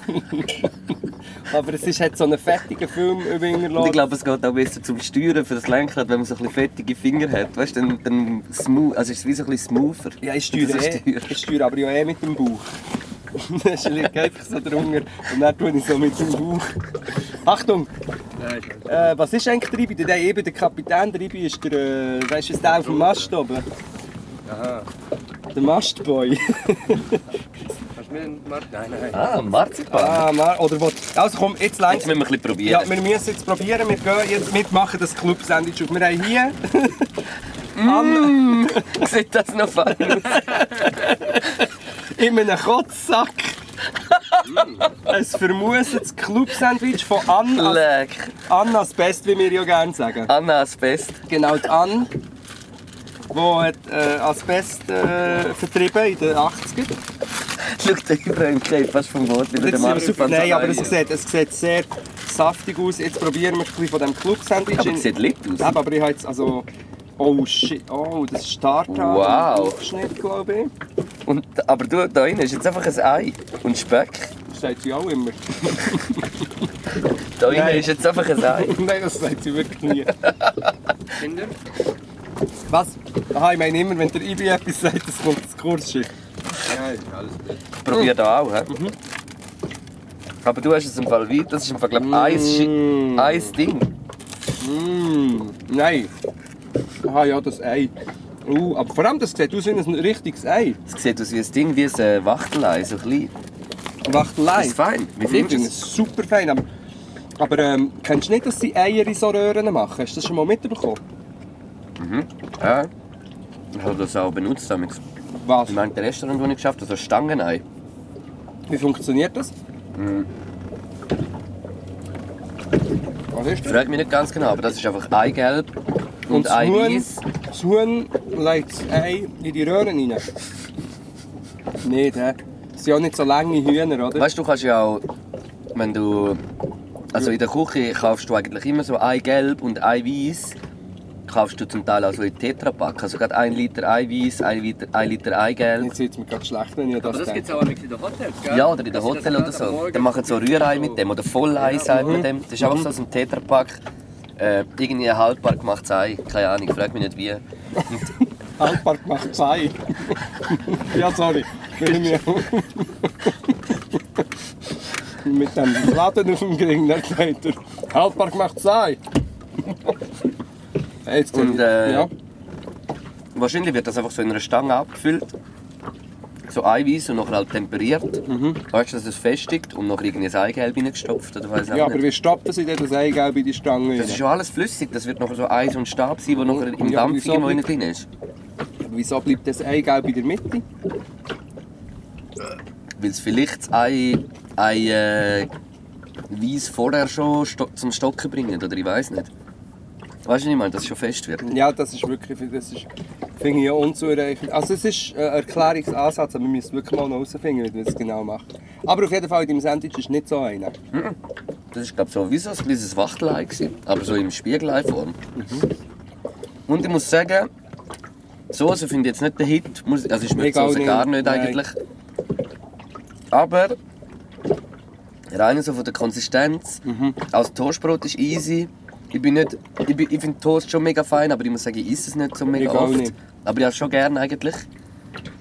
S4: Aber es ist, hat so einen fettigen Film über ihn
S3: ich
S4: gelassen.
S3: glaube, es geht auch besser zum Steuern für das Lenkrad, wenn man so ein bisschen fettige Finger hat. Weißt du, dann, dann smooth, also ist es wie so ein bisschen smoother.
S4: Ja, ich steuere,
S3: Das ist
S4: eh,
S3: teuer.
S4: ich steuere aber ja eh mit dem Bauch. [laughs] das liegt einfach so drunter und dann tue ich so mit dem Bauch. Achtung! Äh, was ist eigentlich der Ribi? Der, der eben der Kapitän der Ribi ist der, äh, weißt du, was der auf dem Mast oben? Aha. Der Mastboy.
S5: Kannst du mir den Markt? Nein, nein.
S3: Ah, Marzipan.
S4: ah, Mar oder was? Also komm, jetzt
S3: Jetzt
S4: langsam.
S3: müssen wir ein bisschen probieren.
S4: Ja, wir müssen jetzt probieren. Wir gehen jetzt mitmachen das Club-Sandwich auf. Wir haben hier
S3: [laughs] Sieht das noch fein aus?
S4: [laughs] in einem Kotzsack Mm. ein vermusetes Club-Sandwich von Anna.
S3: Leck.
S4: Annas Best, wie wir ja gerne sagen.
S3: Anna ist best. [laughs]
S4: Genau, die Ann, die hat äh, als Best äh, vertrieben in den 80ern.
S3: Schau, der Ibrahim geht fast vom Wort wieder der
S4: Jetzt sind wir super.
S3: Marzipan.
S4: Nein, aber es
S3: Salami.
S4: sieht, es sieht sehr saftig aus. Jetzt probieren wir ein bisschen von diesem Club-Sandwich.
S3: Aber
S4: in-
S3: es sieht lit aus.
S4: Eben, aber ich habe jetzt also... Oh shit, oh, das ist Tartar.
S3: Wow.
S4: und Aufschnitt, glaube ich.
S3: Und, aber du, da drin ist jetzt einfach ein Ei und Speck.
S4: Das sagt sie auch immer.
S3: Da drin
S4: Nein.
S3: ist jetzt einfach ein Ei.
S4: [laughs] Nein, das sagt sie wirklich nie.
S5: Kinder?
S4: Was? Aha, ich meine immer, wenn der IB etwas sagt, das kommt das Kursschiff.
S5: Nein, ist alles gut.
S3: Probier da auch, hä? Aber du hast es im Fall weit. Das ist im Fall, glaub ich, ein, Schi- ein Ding.
S4: Mmh, nein. Aha, ja, das Ei. Uh, aber vor allem, das sieht aus wie ein richtiges Ei.
S3: Es sieht aus wie ein Ding, wie ein äh, Wachtelei, so klein.
S4: Wachtelei.
S3: Ist fein. Wie
S4: Ich
S3: findest
S4: finde
S3: du
S4: es
S3: es?
S4: super fein. Aber, aber ähm, kennst du nicht, dass sie Eier in so Röhren machen? Hast du das schon mal mitbekommen?
S3: Ja. Ich habe das auch benutzt damit.
S4: Was?
S3: In meinem Restaurant, wo ich geschafft habe, so Stangenei.
S4: Wie funktioniert das?
S3: Mm.
S4: Was ist das?
S3: Frag mich nicht ganz genau, aber das ist einfach Eigelb und, und
S4: das Huhn-
S3: Eiweiß.
S4: Das Huhn legt das Ei in die Röhren rein. Nicht, hä? Das sind ja auch nicht so lange Hühner, oder?
S3: Weißt du, du kannst ja auch, wenn du. Also in der Küche kaufst du eigentlich immer so Eigelb und Eiweiß. Kaufst du zum Teil auch so in Tetrapack. Also gerade 1 Liter Eiweiß, 1 Liter, ein Liter Eigelb.
S4: Jetzt sieht es mir gerade schlecht, wenn ich an
S5: Aber
S4: das
S5: das gibt es
S4: denke.
S5: auch in den Hotels, gell?
S3: Ja, oder in
S5: Dass
S3: den
S5: sie
S3: Hotels
S5: das gerade
S3: oder
S5: am
S3: so.
S5: Morgen-
S3: Dann machen sie so Rührei mit dem oder Vollei, sagt man dem. Das ist einfach so aus dem Tetrapack. Äh, irgendwie ein haltbar gemachtes Ei. Keine Ahnung, frag mich nicht wie.
S4: Altpark macht Ei. ja, sorry. Will ich mir Mit dem Laden auf dem Gring, dann sagt er, Altpark macht Ei. Hey, Jetzt
S3: Und, äh,
S4: ja.
S3: Wahrscheinlich wird das einfach so in einer Stange abgefüllt. So Eiweiß und nachher halt temperiert. Weißt du, dass es festigt und nachher irgendwie ein Eigelb reingestopft oder weiss auch
S4: ja,
S3: nicht.
S4: aber wie stoppt das in das Eigelb in die Stange?
S3: Das ist
S4: rein?
S3: ja alles flüssig, das wird nachher so Eis und Stab sein, der nachher im
S4: Ja, aber
S3: Dampf
S4: wieso
S3: irgendwo
S4: nicht?
S3: drin ist.
S4: Aber Wieso bleibt das Eigelb in der Mitte?
S3: Weil es vielleicht das Ei, Ei äh, Weiss vorher schon sto zum Stocken bringt, oder ich weiß nicht. Weißt du, was ich meine, dass es schon fest wird?
S4: Ja, das ist wirklich, das ist, finde ich ja unzureichend. Also es ist ein Erklärungsansatz, aber wir müssen wirklich mal noch herausfinden, wie wir es genau machen. Aber auf jeden Fall, in deinem Sandwich ist nicht so einer.
S3: Das ist, glaube ich, so wie so ein kleines Wachtelei, gewesen, aber so im Spiegelei-Form.
S4: Mhm.
S3: Und ich muss sagen, die Soße finde ich jetzt nicht der Hit. Muss- Also ich schmeckt die
S4: Ich auch
S3: Soße
S4: nicht.
S3: gar nicht
S4: Nein.
S3: eigentlich. Aber rein so von der Konsistenz,
S4: Mhm.
S3: als Toastbrot ist easy. Ich, bin nicht, ich, bin- ich finde Toast schon mega fein, aber ich muss sagen, ich esse es nicht so mega
S4: Ich auch
S3: oft.
S4: nicht.
S3: Aber ich habe es schon gerne eigentlich.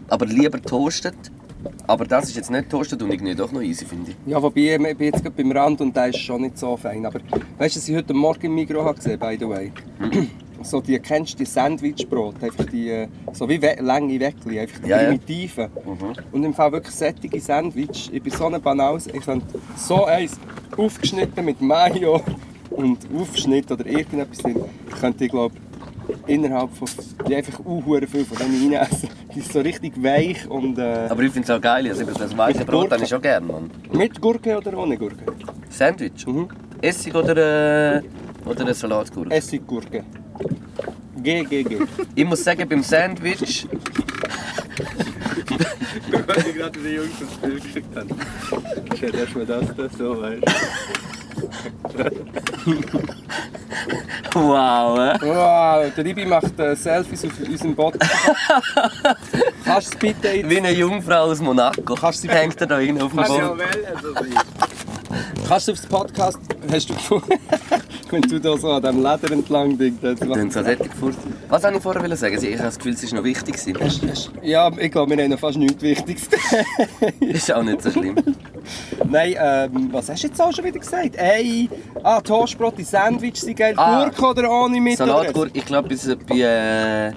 S3: Aber lieber toastet. Aber das ist jetzt nicht toastet und irgendwie doch noch easy, finde ich.
S4: Ja, wobei, ich bin jetzt gerade
S3: Mhm.
S4: beim Rand und der ist schon nicht so fein. Aber weißt du, was ich heute Morgen im Migros habe gesehen by the way? so die, kennst du die Sandwichbrot, einfach die, äh, so wie we lange Weckli, einfach die
S3: Ja, Mhm. ja.
S4: primitiven. Und im Fall wirklich sättige Sandwich, ich bin so ein Banaus, ich könnte so eins aufgeschnitten mit Mayo und Aufschnitt oder irgendetwas drin, könnte ich glaube innerhalb von, die einfach unhuren viel von denen rein essen. Die ist so richtig weich und äh,
S3: Aber ich finde es auch geil. Also eben das weiße
S4: Mit
S3: Brot habe
S4: Gurke.
S3: ich schon gerne, Mann.
S4: mit Gurke oder ohne Gurke?
S3: Sandwich.
S4: Mhm.
S3: Essig oder, äh, oder eine Salatgurke.
S4: Essiggurke. GGG.
S3: Ich muss sagen, beim
S4: [laughs]
S3: Sandwich
S5: Weil ich gerade die Jungs ins Bild geschickt habe.
S4: Schön, dass man das da so weißt.
S3: Wow, äh.
S4: Wow, der Ribi macht äh, Selfies auf unserem Boden.
S3: [laughs]
S4: Kannst du es bitte
S3: wie
S4: jetzt,
S3: eine Jungfrau aus Monaco.
S4: Kannst du sie-
S3: Hängt er da hinten auf dem
S5: Kann ja
S3: Boden?
S5: well, also sein.
S4: kannst du aufs Podcast, hast du gefunden, [laughs] wenn du da so an dem Leder entlang denkst. Das macht-
S3: Dann so dort gefurzt. Was wollte ich vorher wollen sagen? Ich habe das Gefühl, es ist noch wichtig. gewesen.
S4: Hast- hast- Ja, ich glaube, wir haben noch fast nichts Wichtiges. [laughs]
S3: Ist auch nicht so schlimm.
S4: Nein, ähm, was hast du jetzt auch schon wieder gesagt? Ey, ah, Toastbrot, die Sandwich sind geil.
S3: Ah.
S4: Gurke oder ohne mit?
S3: Salatgurke, ich glaube, es, bei, äh,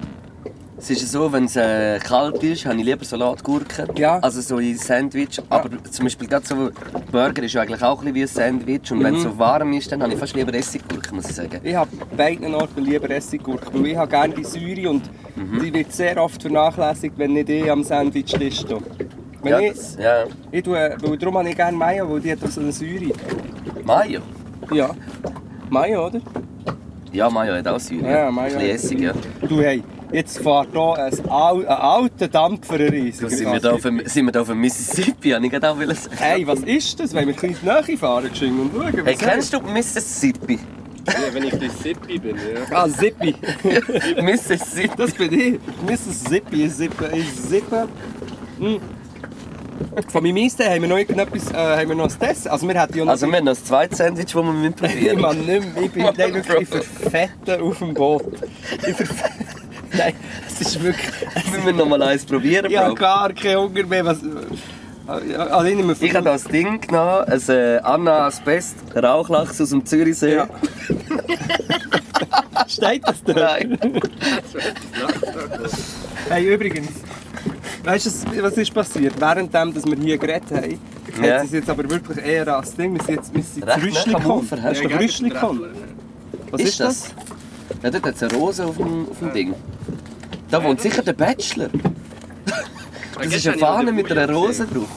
S3: es ist so, wenn es äh, kalt ist, habe ich lieber Salatgurken.
S4: Ja.
S3: Also so in Sandwich. Aber zum Beispiel gerade so Burger ist ja eigentlich auch ein bisschen wie ein Sandwich. Und
S4: Mhm.
S3: wenn es so warm ist, dann habe ich fast lieber Essiggurken, muss ich sagen.
S4: Ich habe beiden Orten lieber Essiggurke, weil ich habe gerne die Säure und
S3: Mhm.
S4: die wird sehr oft vernachlässigt, wenn nicht ich am Sandwich-Tisch stehe. Wenn
S3: ja,
S4: ich,
S3: das, ja.
S4: ich tue, weil darum habe ich gerne Mayo, weil die hat doch so eine Säure.
S3: Mayo.
S4: Ja. Mayo, oder?
S3: Ja, Mayo hat auch Säure.
S4: Ja,
S3: Ein
S4: Mayo hat
S3: bisschen Essig, ja.
S4: Du, hey, jetzt fährt hier ein, Au ein alter Dampfer rein.
S3: Da sind wir da auf, dem- sind wir da auf dem Mississippi, habe ich gerade auch wollen sagen.
S4: Hey, was ist das? Wenn wir ein bisschen näher fahren geschwind und schauen, was
S3: Hey, kennst du
S4: [laughs]
S3: Mississippi?
S5: Ja, wenn ich durch Sippi bin, ja.
S4: Ah, Zippi.
S3: Mississippi.
S4: Das bin ich. [laughs] Mrs. Zippi. Ich zippe. Ich zippe. Mm. Von meinem Eistee haben wir noch irgendetwas, äh, haben wir noch ein Dessert. Also wir hatten ja noch...
S3: Also wir haben noch ein zweites Sandwich, das wir müssen
S4: ich [laughs]
S3: probieren
S4: meine nicht mehr. Ich bin
S3: [laughs]
S4: nein, wirklich ich verfette auf dem Boot. Ich verfette... Nein, es ist wirklich...
S3: müssen. Wir noch mal eins probieren,
S4: Ich habe
S3: Bro.
S4: gar keinen Hunger mehr. Was... Also ich nehme...
S3: Ich habe das Ding genommen, ein äh, Anna Asbest, Rauchlachs aus dem Zürichsee.
S4: Ja. [laughs] Steht das da?
S3: Nein.
S4: Hey, übrigens, weißt du, was ist passiert? Währenddem, dass wir hier geredet haben,
S3: Ja.
S4: hat es jetzt aber wirklich eher als Ding. Wir sind jetzt wir sind
S3: Recht
S4: zu Rüschli
S3: nett am
S4: gekommen.
S3: Ufer, hast
S4: Hast
S3: du
S4: du doch Rüschli gekommen? Was ist, das?
S3: Ja, dort hat es eine Rose auf dem, auf dem Ding. Da wohnt sicher der Bachelor. Das ist eine Fahne mit
S5: um
S3: einer Rose drauf.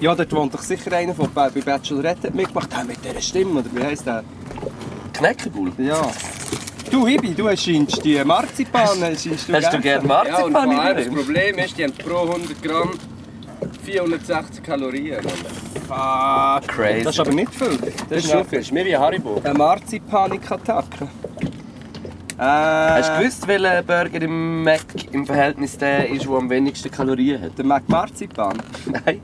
S4: Ja, dort wohnt doch sicher einer, der bei bei Bachelorette hat mitgemacht hat, mit dieser Stimme, oder wie heisst der?
S3: Knäckebull.
S4: Ja. Du, Ibi, du scheinst die eh, Marzipan, scheinst du
S3: Hast du gerne
S5: Ja,
S3: Marzipan
S5: und vor allem das
S3: drin?
S5: Problem ist, die haben pro 100 Gramm 460 Kalorien.
S4: Ah,
S3: Crazy.
S4: das ist aber nicht viel. Das ist
S5: viel. Ist mir wie Haribo.
S4: eine Marzipanik-Attacke. Äh,
S3: Hast du gewusst, welcher Burger im Mac im Verhältnis der ist, der am wenigsten Kalorien hat?
S4: Der Mac Marzipan.
S3: Nein.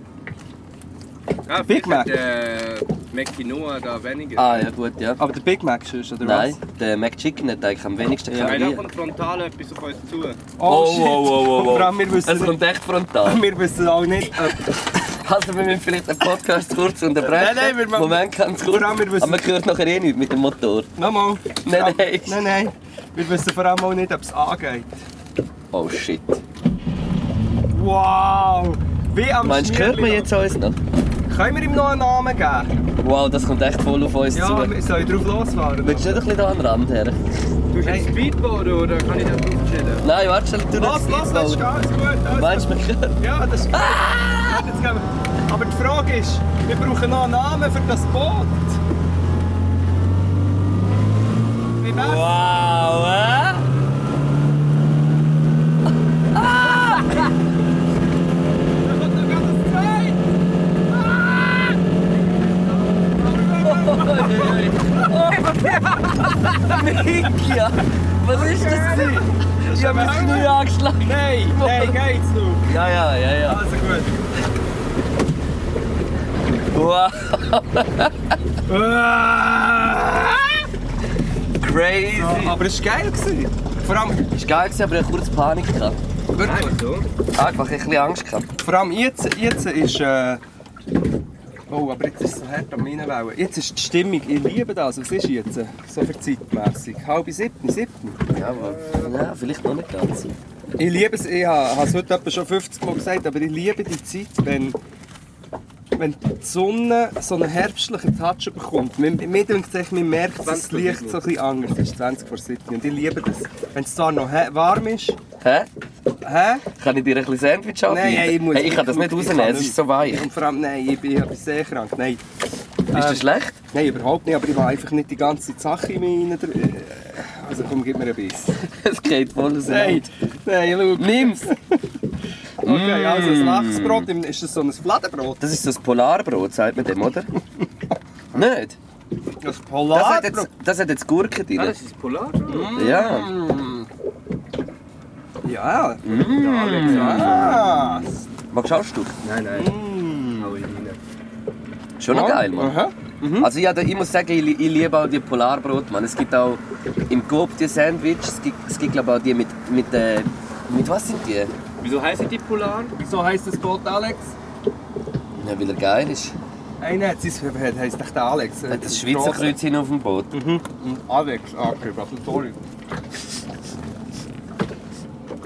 S5: Ah,
S4: Big
S5: vielleicht
S4: Mac.
S5: hat, äh, McKinoa da weniger.
S3: Ah ja, gut, ja.
S4: Aber der Big Mac ist, oder
S3: Nein,
S4: was?
S3: der McChicken hat eigentlich am wenigsten
S5: Weil da
S3: Kalorien.
S5: kommt frontal etwas auf uns zu.
S3: Oh,
S4: shit. Und vor allem, wir wissen,
S3: Es kommt echt [laughs] frontal.
S4: wir wissen auch nicht, ob
S3: Also wir müssen vielleicht den Podcast kurz unterbrechen.
S4: Nein, nein, wir machen-
S3: Moment, ganz kurz.
S4: Vor allem, wir wissen-
S3: Aber man hört nachher eh nichts mit dem Motor.
S4: Nochmal.
S3: Nein, nein.
S4: Nein, nein. Wir wissen vor allem auch nicht, ob es angeht.
S3: Oh shit.
S4: Wow! Wie am
S3: Meinst du, hört man jetzt uns noch?
S4: Können wir ihm noch einen Namen geben?
S3: Wow, das kommt echt voll auf uns zu.
S4: Ja, wir sollen drauf losfahren.
S3: Willst du nicht ein bisschen da an den Rand her?
S5: Du hast ein Speedboat oder kann ich das aufstellen?
S3: Nein, warte schnell, du
S4: Los,
S3: nicht
S4: los,
S3: Speedball.
S4: das ist ganz gut. Also,
S3: Meinst du, man hört?
S4: Ja, das ist gut. Jetzt gehen wir. Aber die Frage ist, wir brauchen noch einen nou Namen für das Boot. Wie wär's?
S3: Wow, äh?
S4: Da kommt noch gerade ein Zweig.
S3: Mikia! Was ist das denn? Ich habe mein Knie angeschlagen.
S4: Nein, nein, geht's noch.
S3: Ja, ja, ja, ja.
S4: Also gut.
S3: Wow,
S4: Ah!
S3: crazy.
S4: Ja, aber es war geil. Gewesen. Vor allem,
S3: Ist geil gewesen, aber ich hatte kurz Panik. Gehabt.
S4: wirklich,
S5: Also,
S3: Einfach, ich hatte ein bisschen Angst. Gehabt.
S4: vor allem jetzt, jetzt ist. Äh, Oh, aber jetzt ist es so hart am Reinwellen. Jetzt ist die Stimmung, ich liebe das. Was ist jetzt? So für zeitmässig. Halb siebten, siebten.
S3: Ja, aber, ja, vielleicht noch nicht ganz.
S4: Ich liebe es, ich ha- habe es heute etwa schon 50 Mal gesagt, aber ich liebe die Zeit, wenn, wenn die Sonne so einen herbstlichen Touch bekommt. Mir, mir denkt es echt, man merkt, dass das
S5: 20 vor
S4: Licht so
S5: sieben.
S4: ein bisschen anders ist, 20 vor 7. Und ich liebe das. Wenn es zwar noch hä- warm ist,
S3: Hä?
S4: hä?
S3: Kann ich dir ein bisschen Sandwich anbieten? hey, ich kann das nicht rausnehmen, es ist so weich.
S4: Und vor allem, nein, ich bin, ich bin sehr krank. Nein,
S3: Ist das
S4: Ähm,
S3: schlecht? [laughs]
S4: nein, überhaupt nicht, aber ich will einfach nicht die ganze Zeit Sache in mich rein... dr- äh, Also komm, gib mir ein Biss.
S3: Es geht voll aus.
S4: Nein, nein, schau.
S3: Nimm's!
S4: Okay, also
S3: Mm.
S4: ein Lachsbrot, ist das so ein Fladenbrot?
S3: Das ist so das Polarbrot, sagt man dem, [laughs] oder? nicht?
S4: Ein
S3: Das hat, jetzt,
S4: Polarbrot?
S3: das hat jetzt Gurke drin.
S5: Ah, das ist Polar. Mm.
S3: Ja.
S4: Ja.
S3: Mm.
S4: Ah.
S5: Ja,
S3: Magst du auch ein Stück?
S5: nein, nein.
S3: Mm.
S5: Hau ich rein.
S3: Schon noch geil, Mann.
S4: Aha.
S3: Also ja, da- ich muss sagen, ich, li- ich liebe auch die Polarbrot, Mann. Es gibt auch im Coop die Sandwich, es gibt, es gibt glaube ich auch die mit, mit, äh, mit was sind die?
S5: Wieso heißen die Polar?
S4: Wieso heisst das Brot Alex?
S3: Ja, weil er geil ist.
S4: Einer hat es verwendet, heisst echt Alex.
S3: Hat das Schweizer Kreuz hin auf dem Boot.
S4: Alex angegeben, also sorry.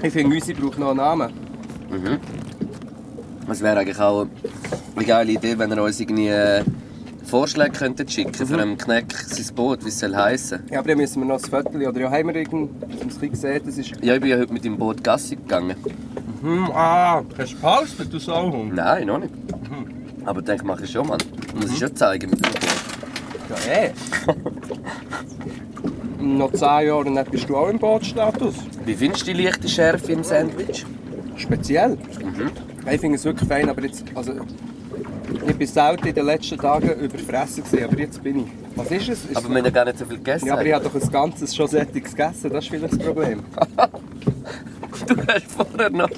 S4: Ich finde, unsere braucht noch einen Namen.
S3: Es wäre eigentlich auch eine geile Idee, wenn ihr uns irgendwie äh, Vorschläge könntet schicken für
S5: Mhm.
S3: einen Kneck sein Boot, wie es soll heissen.
S4: Ja, aber dann müssen wir noch ein Viertel oder ja, haben wir irgend, dass man es ein bisschen sieht, das ist...
S3: Ja, ich bin ja heute mit dem Boot Gassi gegangen.
S4: Hm, ah, hast du Pause, du Sauhund?
S3: Nein, noch nicht.
S5: Mhm.
S3: Aber denke mache ich schon, Mann. Muss ich schon zeigen mit dem Boot.
S4: Ja, eh. noch 10 Jahre, dann bist du auch im Bootstatus.
S3: Wie findest du die leichte Schärfe im Sandwich?
S4: Speziell. Ich finde es wirklich fein, aber jetzt, also, ich bin selten in den letzten Tagen überfressen gewesen, aber jetzt bin ich. Was ist es? Ist
S3: Aber
S4: es
S3: wir haben ja gar nicht so viel gegessen.
S4: ja, aber ich habe doch ein ganzes schon sättiges gegessen, das ist vielleicht das Problem.
S3: Du hast vorher noch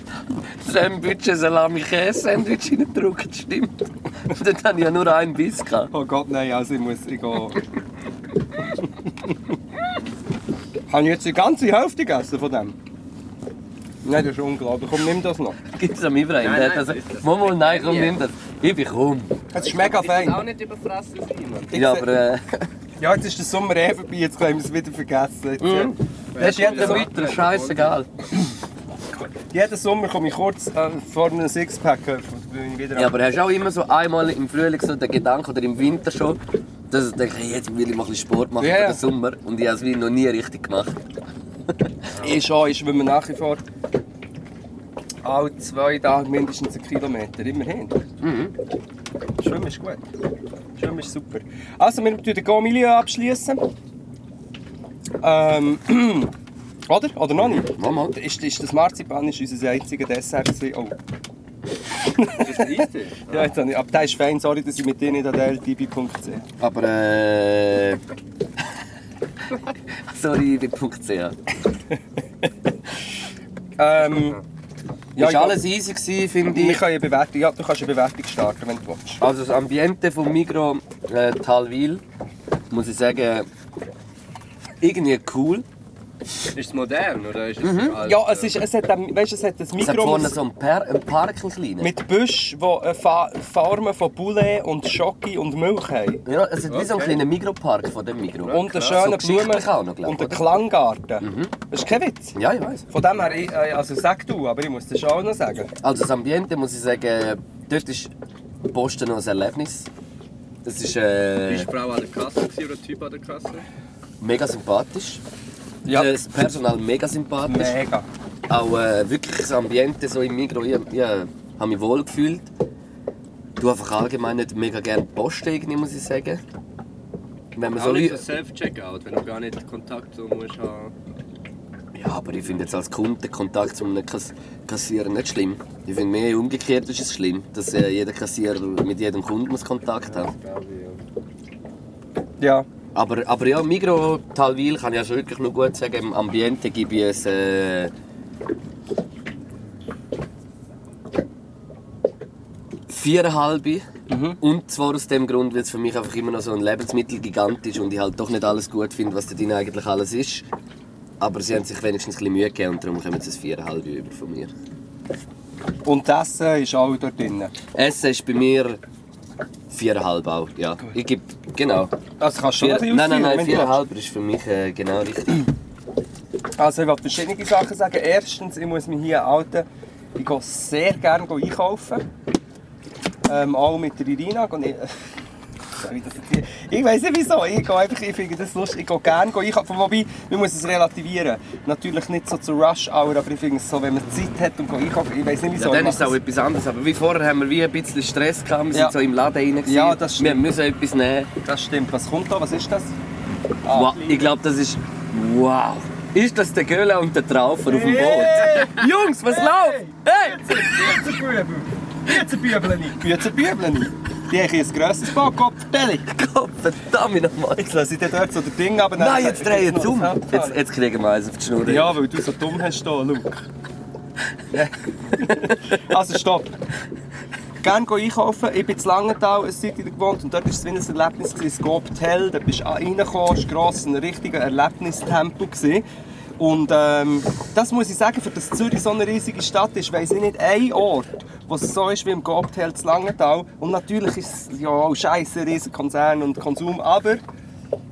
S3: Sandwich, ein Salami-Käse-Sandwich reingedrückt, stimmt. Und dann hatte ich ja nur einen Biss. Gehabt.
S4: Oh Gott, nein, also ich muss, ich gehe. habe ich jetzt die ganze Hälfte gegessen von dem? Nein, das ist unglaublich. Komm, nimm das noch.
S3: Gib's am Ibrahim.
S5: Nein,
S3: der
S5: nein,
S3: hat
S5: ist
S3: also,
S5: das-
S3: Momol, nein, komm,
S5: Ja.
S3: nimm das. Ich bin komm.
S4: Es ist mega
S5: Ich will auch
S4: fein.
S5: nicht überfressen sein, Mann.
S4: Ich
S3: Ja,
S4: seh-
S3: aber äh,
S4: Ja, jetzt ist der Sommer eh vorbei, jetzt können wir es wieder vergessen. Jetzt, ja.
S3: das ist jeder weiter, scheißegal.
S4: Jeden Sommer komme ich kurz äh, vor einem Sixpack äh, bin ich wieder
S3: Ja, aber hast du auch immer so einmal im Frühling so den Gedanken oder im Winter schon, dass du denkst, hey, jetzt will ich mal ein bisschen Sport machen
S4: Ja.
S3: für den Sommer. Und ich habe es wie noch nie richtig gemacht.
S4: Ist auch, ist, wenn man nach wie vor alle zwei Tage mindestens einen Kilometer, immerhin.
S3: Mhm.
S4: Schwimmen ist gut. Schwimmen ist super. Also, wir tun den Go-Milieu abschließen. Ähm, [clears throat] oder? Oder noch nicht?
S3: Mama.
S4: Ist, ist das Marzipan ist unser einziger Dessert. gewesen. Oh,
S5: Das ist easy.
S4: [laughs] ja, jetzt habe ich, aber der ist fein, sorry, dass ich mit dir nicht an der ltb.ch.
S3: Aber [laughs] äh. Sorry, ich bin Punkt C.
S4: [laughs] Ähm,
S3: Ja, ist
S4: ich-
S3: alles easy gewesen, finde
S4: Wir
S3: ich.
S4: können eine Bewertung, ja, du kannst eine Bewertung starten, wenn du willst.
S3: Also das Ambiente vom Migro äh, Talwil, muss ich sagen, irgendwie cool.
S5: Ist es modern oder ist es alt?
S4: Mhm. Ja, es, ist, es hat, ein- weißt, du, es hat ein
S3: Es hat vorne
S4: Mikro
S3: so einen, per einen Park, einen kleinen.
S4: mit Büsch, wo äh, Fa Farmen von Boulet und Schoki und Milch haben.
S3: ja, es hat wie so einen
S5: Okay.
S3: kleinen Mikropark von dem Migro.
S4: Und einen
S3: So
S4: schönen
S3: geschichtlich auch noch,
S4: Blumen
S3: glaub
S4: und
S3: oder?
S4: einen Klanggarten. Das ist kein Witz.
S3: Ja, ich weiß.
S4: Mhm. Von dem her, ich, äh, also sag du, aber ich muss das schon auch noch sagen.
S3: Also das Ambiente muss ich sagen, dort ist Posten noch ein Erlebnis. Das ist äh,
S5: Ist die Frau an der Kasse gewesen oder der Typ an der Kasse?
S3: mega sympathisch.
S4: Ja.
S3: Das Personal mega sympathisch.
S4: Mega.
S3: auch äh, wirklich das Ambiente so im Migro. Ich, ich äh, habe mich wohl gefühlt. Du einfach allgemein nicht mega gerne Post irgendwie, muss ich sagen. Wenn man so
S4: Also
S5: Auch nicht so
S3: Leute,
S5: Self-Checkout, wenn du gar nicht Kontakt so musst haben.
S3: ja, aber ich finde jetzt als Kunde Kontakt zu einem Kass Kassierer nicht schlimm. Ich finde mehr umgekehrt ist es schlimm, dass äh, jeder Kassierer mit jedem Kunden muss Kontakt haben.
S4: Ja.
S3: Aber, aber ja, Migro Talwil kann ich ja schon wirklich nur gut sagen. Im Ambiente gebe ich es. Äh, 4,5
S4: Mhm.
S3: und zwar aus dem Grund, weil es für mich einfach immer noch so ein Lebensmittelgigant ist und ich halt doch nicht alles gut finde, was da drin eigentlich alles ist. Aber sie haben sich wenigstens ein bisschen Mühe gegeben und darum kommen jetzt ein 4,5 über von mir.
S4: Und das Essen ist äh, auch dort drin.
S3: Essen ist bei mir Viereinhalb auch, ja. Ich gebe, genau.
S4: Also kannst du schon
S3: Vier,
S4: ein bisschen
S3: nein, nein,
S4: ausführen,
S3: nein,
S4: wenn du willst.
S3: viereinhalb ist für mich äh, genau richtig.
S4: Also ich will verschiedene Sachen sagen. Erstens, ich muss mich hier outen. Ich gehe sehr gerne einkaufen. Ähm, auch mit der Irina. Gehe ich, [laughs] Sorry, das jetzt hier. ich weiß nicht wieso. Ich gehe einfach, ich finde das lustig. Ich gehe gerne einkaufen. Wobei, man muss es relativieren. Natürlich nicht so zur Rush Hour, aber ich finde es so, wenn man Zeit hat und geht einkaufen, ich weiß nicht
S3: Ja,
S4: wieso.
S3: dann
S4: ich
S3: ist es
S4: mache
S3: auch
S4: es.
S3: etwas anderes. Aber wie vorher haben wir wie ein bisschen Stress gehabt. Wir
S4: Ja.
S3: sind so im Laden rein. gewesen.
S4: Ja, das
S3: Wir
S4: stimmt.
S3: müssen etwas nehmen.
S4: das stimmt. Was kommt da? Was ist das? Ah.
S3: Wow. Ich glaube, das ist. Wow! Ist das der Göller und der Traufer auf dem Boot? [laughs] Jungs, was läuft? Hey!
S4: Bübel! Jetzt ein Bübel nicht! Jetzt ein Bübel nicht! Die haben ein grösseres Backkopf, Deli!
S3: Gott, verdammt nochmal!
S4: Jetzt lasse ich dir dort so den Ding aber
S3: Nein, jetzt drehen wir um! Jetzt,
S4: Jetzt,
S3: jetzt kriegen wir eins auf die Schnur.
S4: Ja, weil du so dumm hast hier, Luke. [laughs] also stopp. Gerne gehen einkaufen. Ich bin in Langenthal eine Zeit lang gewohnt und dort war es wie ein Erlebnis. gewesen. Es gab Hotel, da bist du reingekommen, es war gross, ein richtiger Erlebnistempel. gewesen. Und ähm, das muss ich sagen, für das Zürich so eine riesige Stadt ist, weiss ich nicht, ein Ort, wo es so ist wie im Gobtel in Langenthal. Und natürlich ist es ja auch scheisse, ein riesen Konzern und Konsum, aber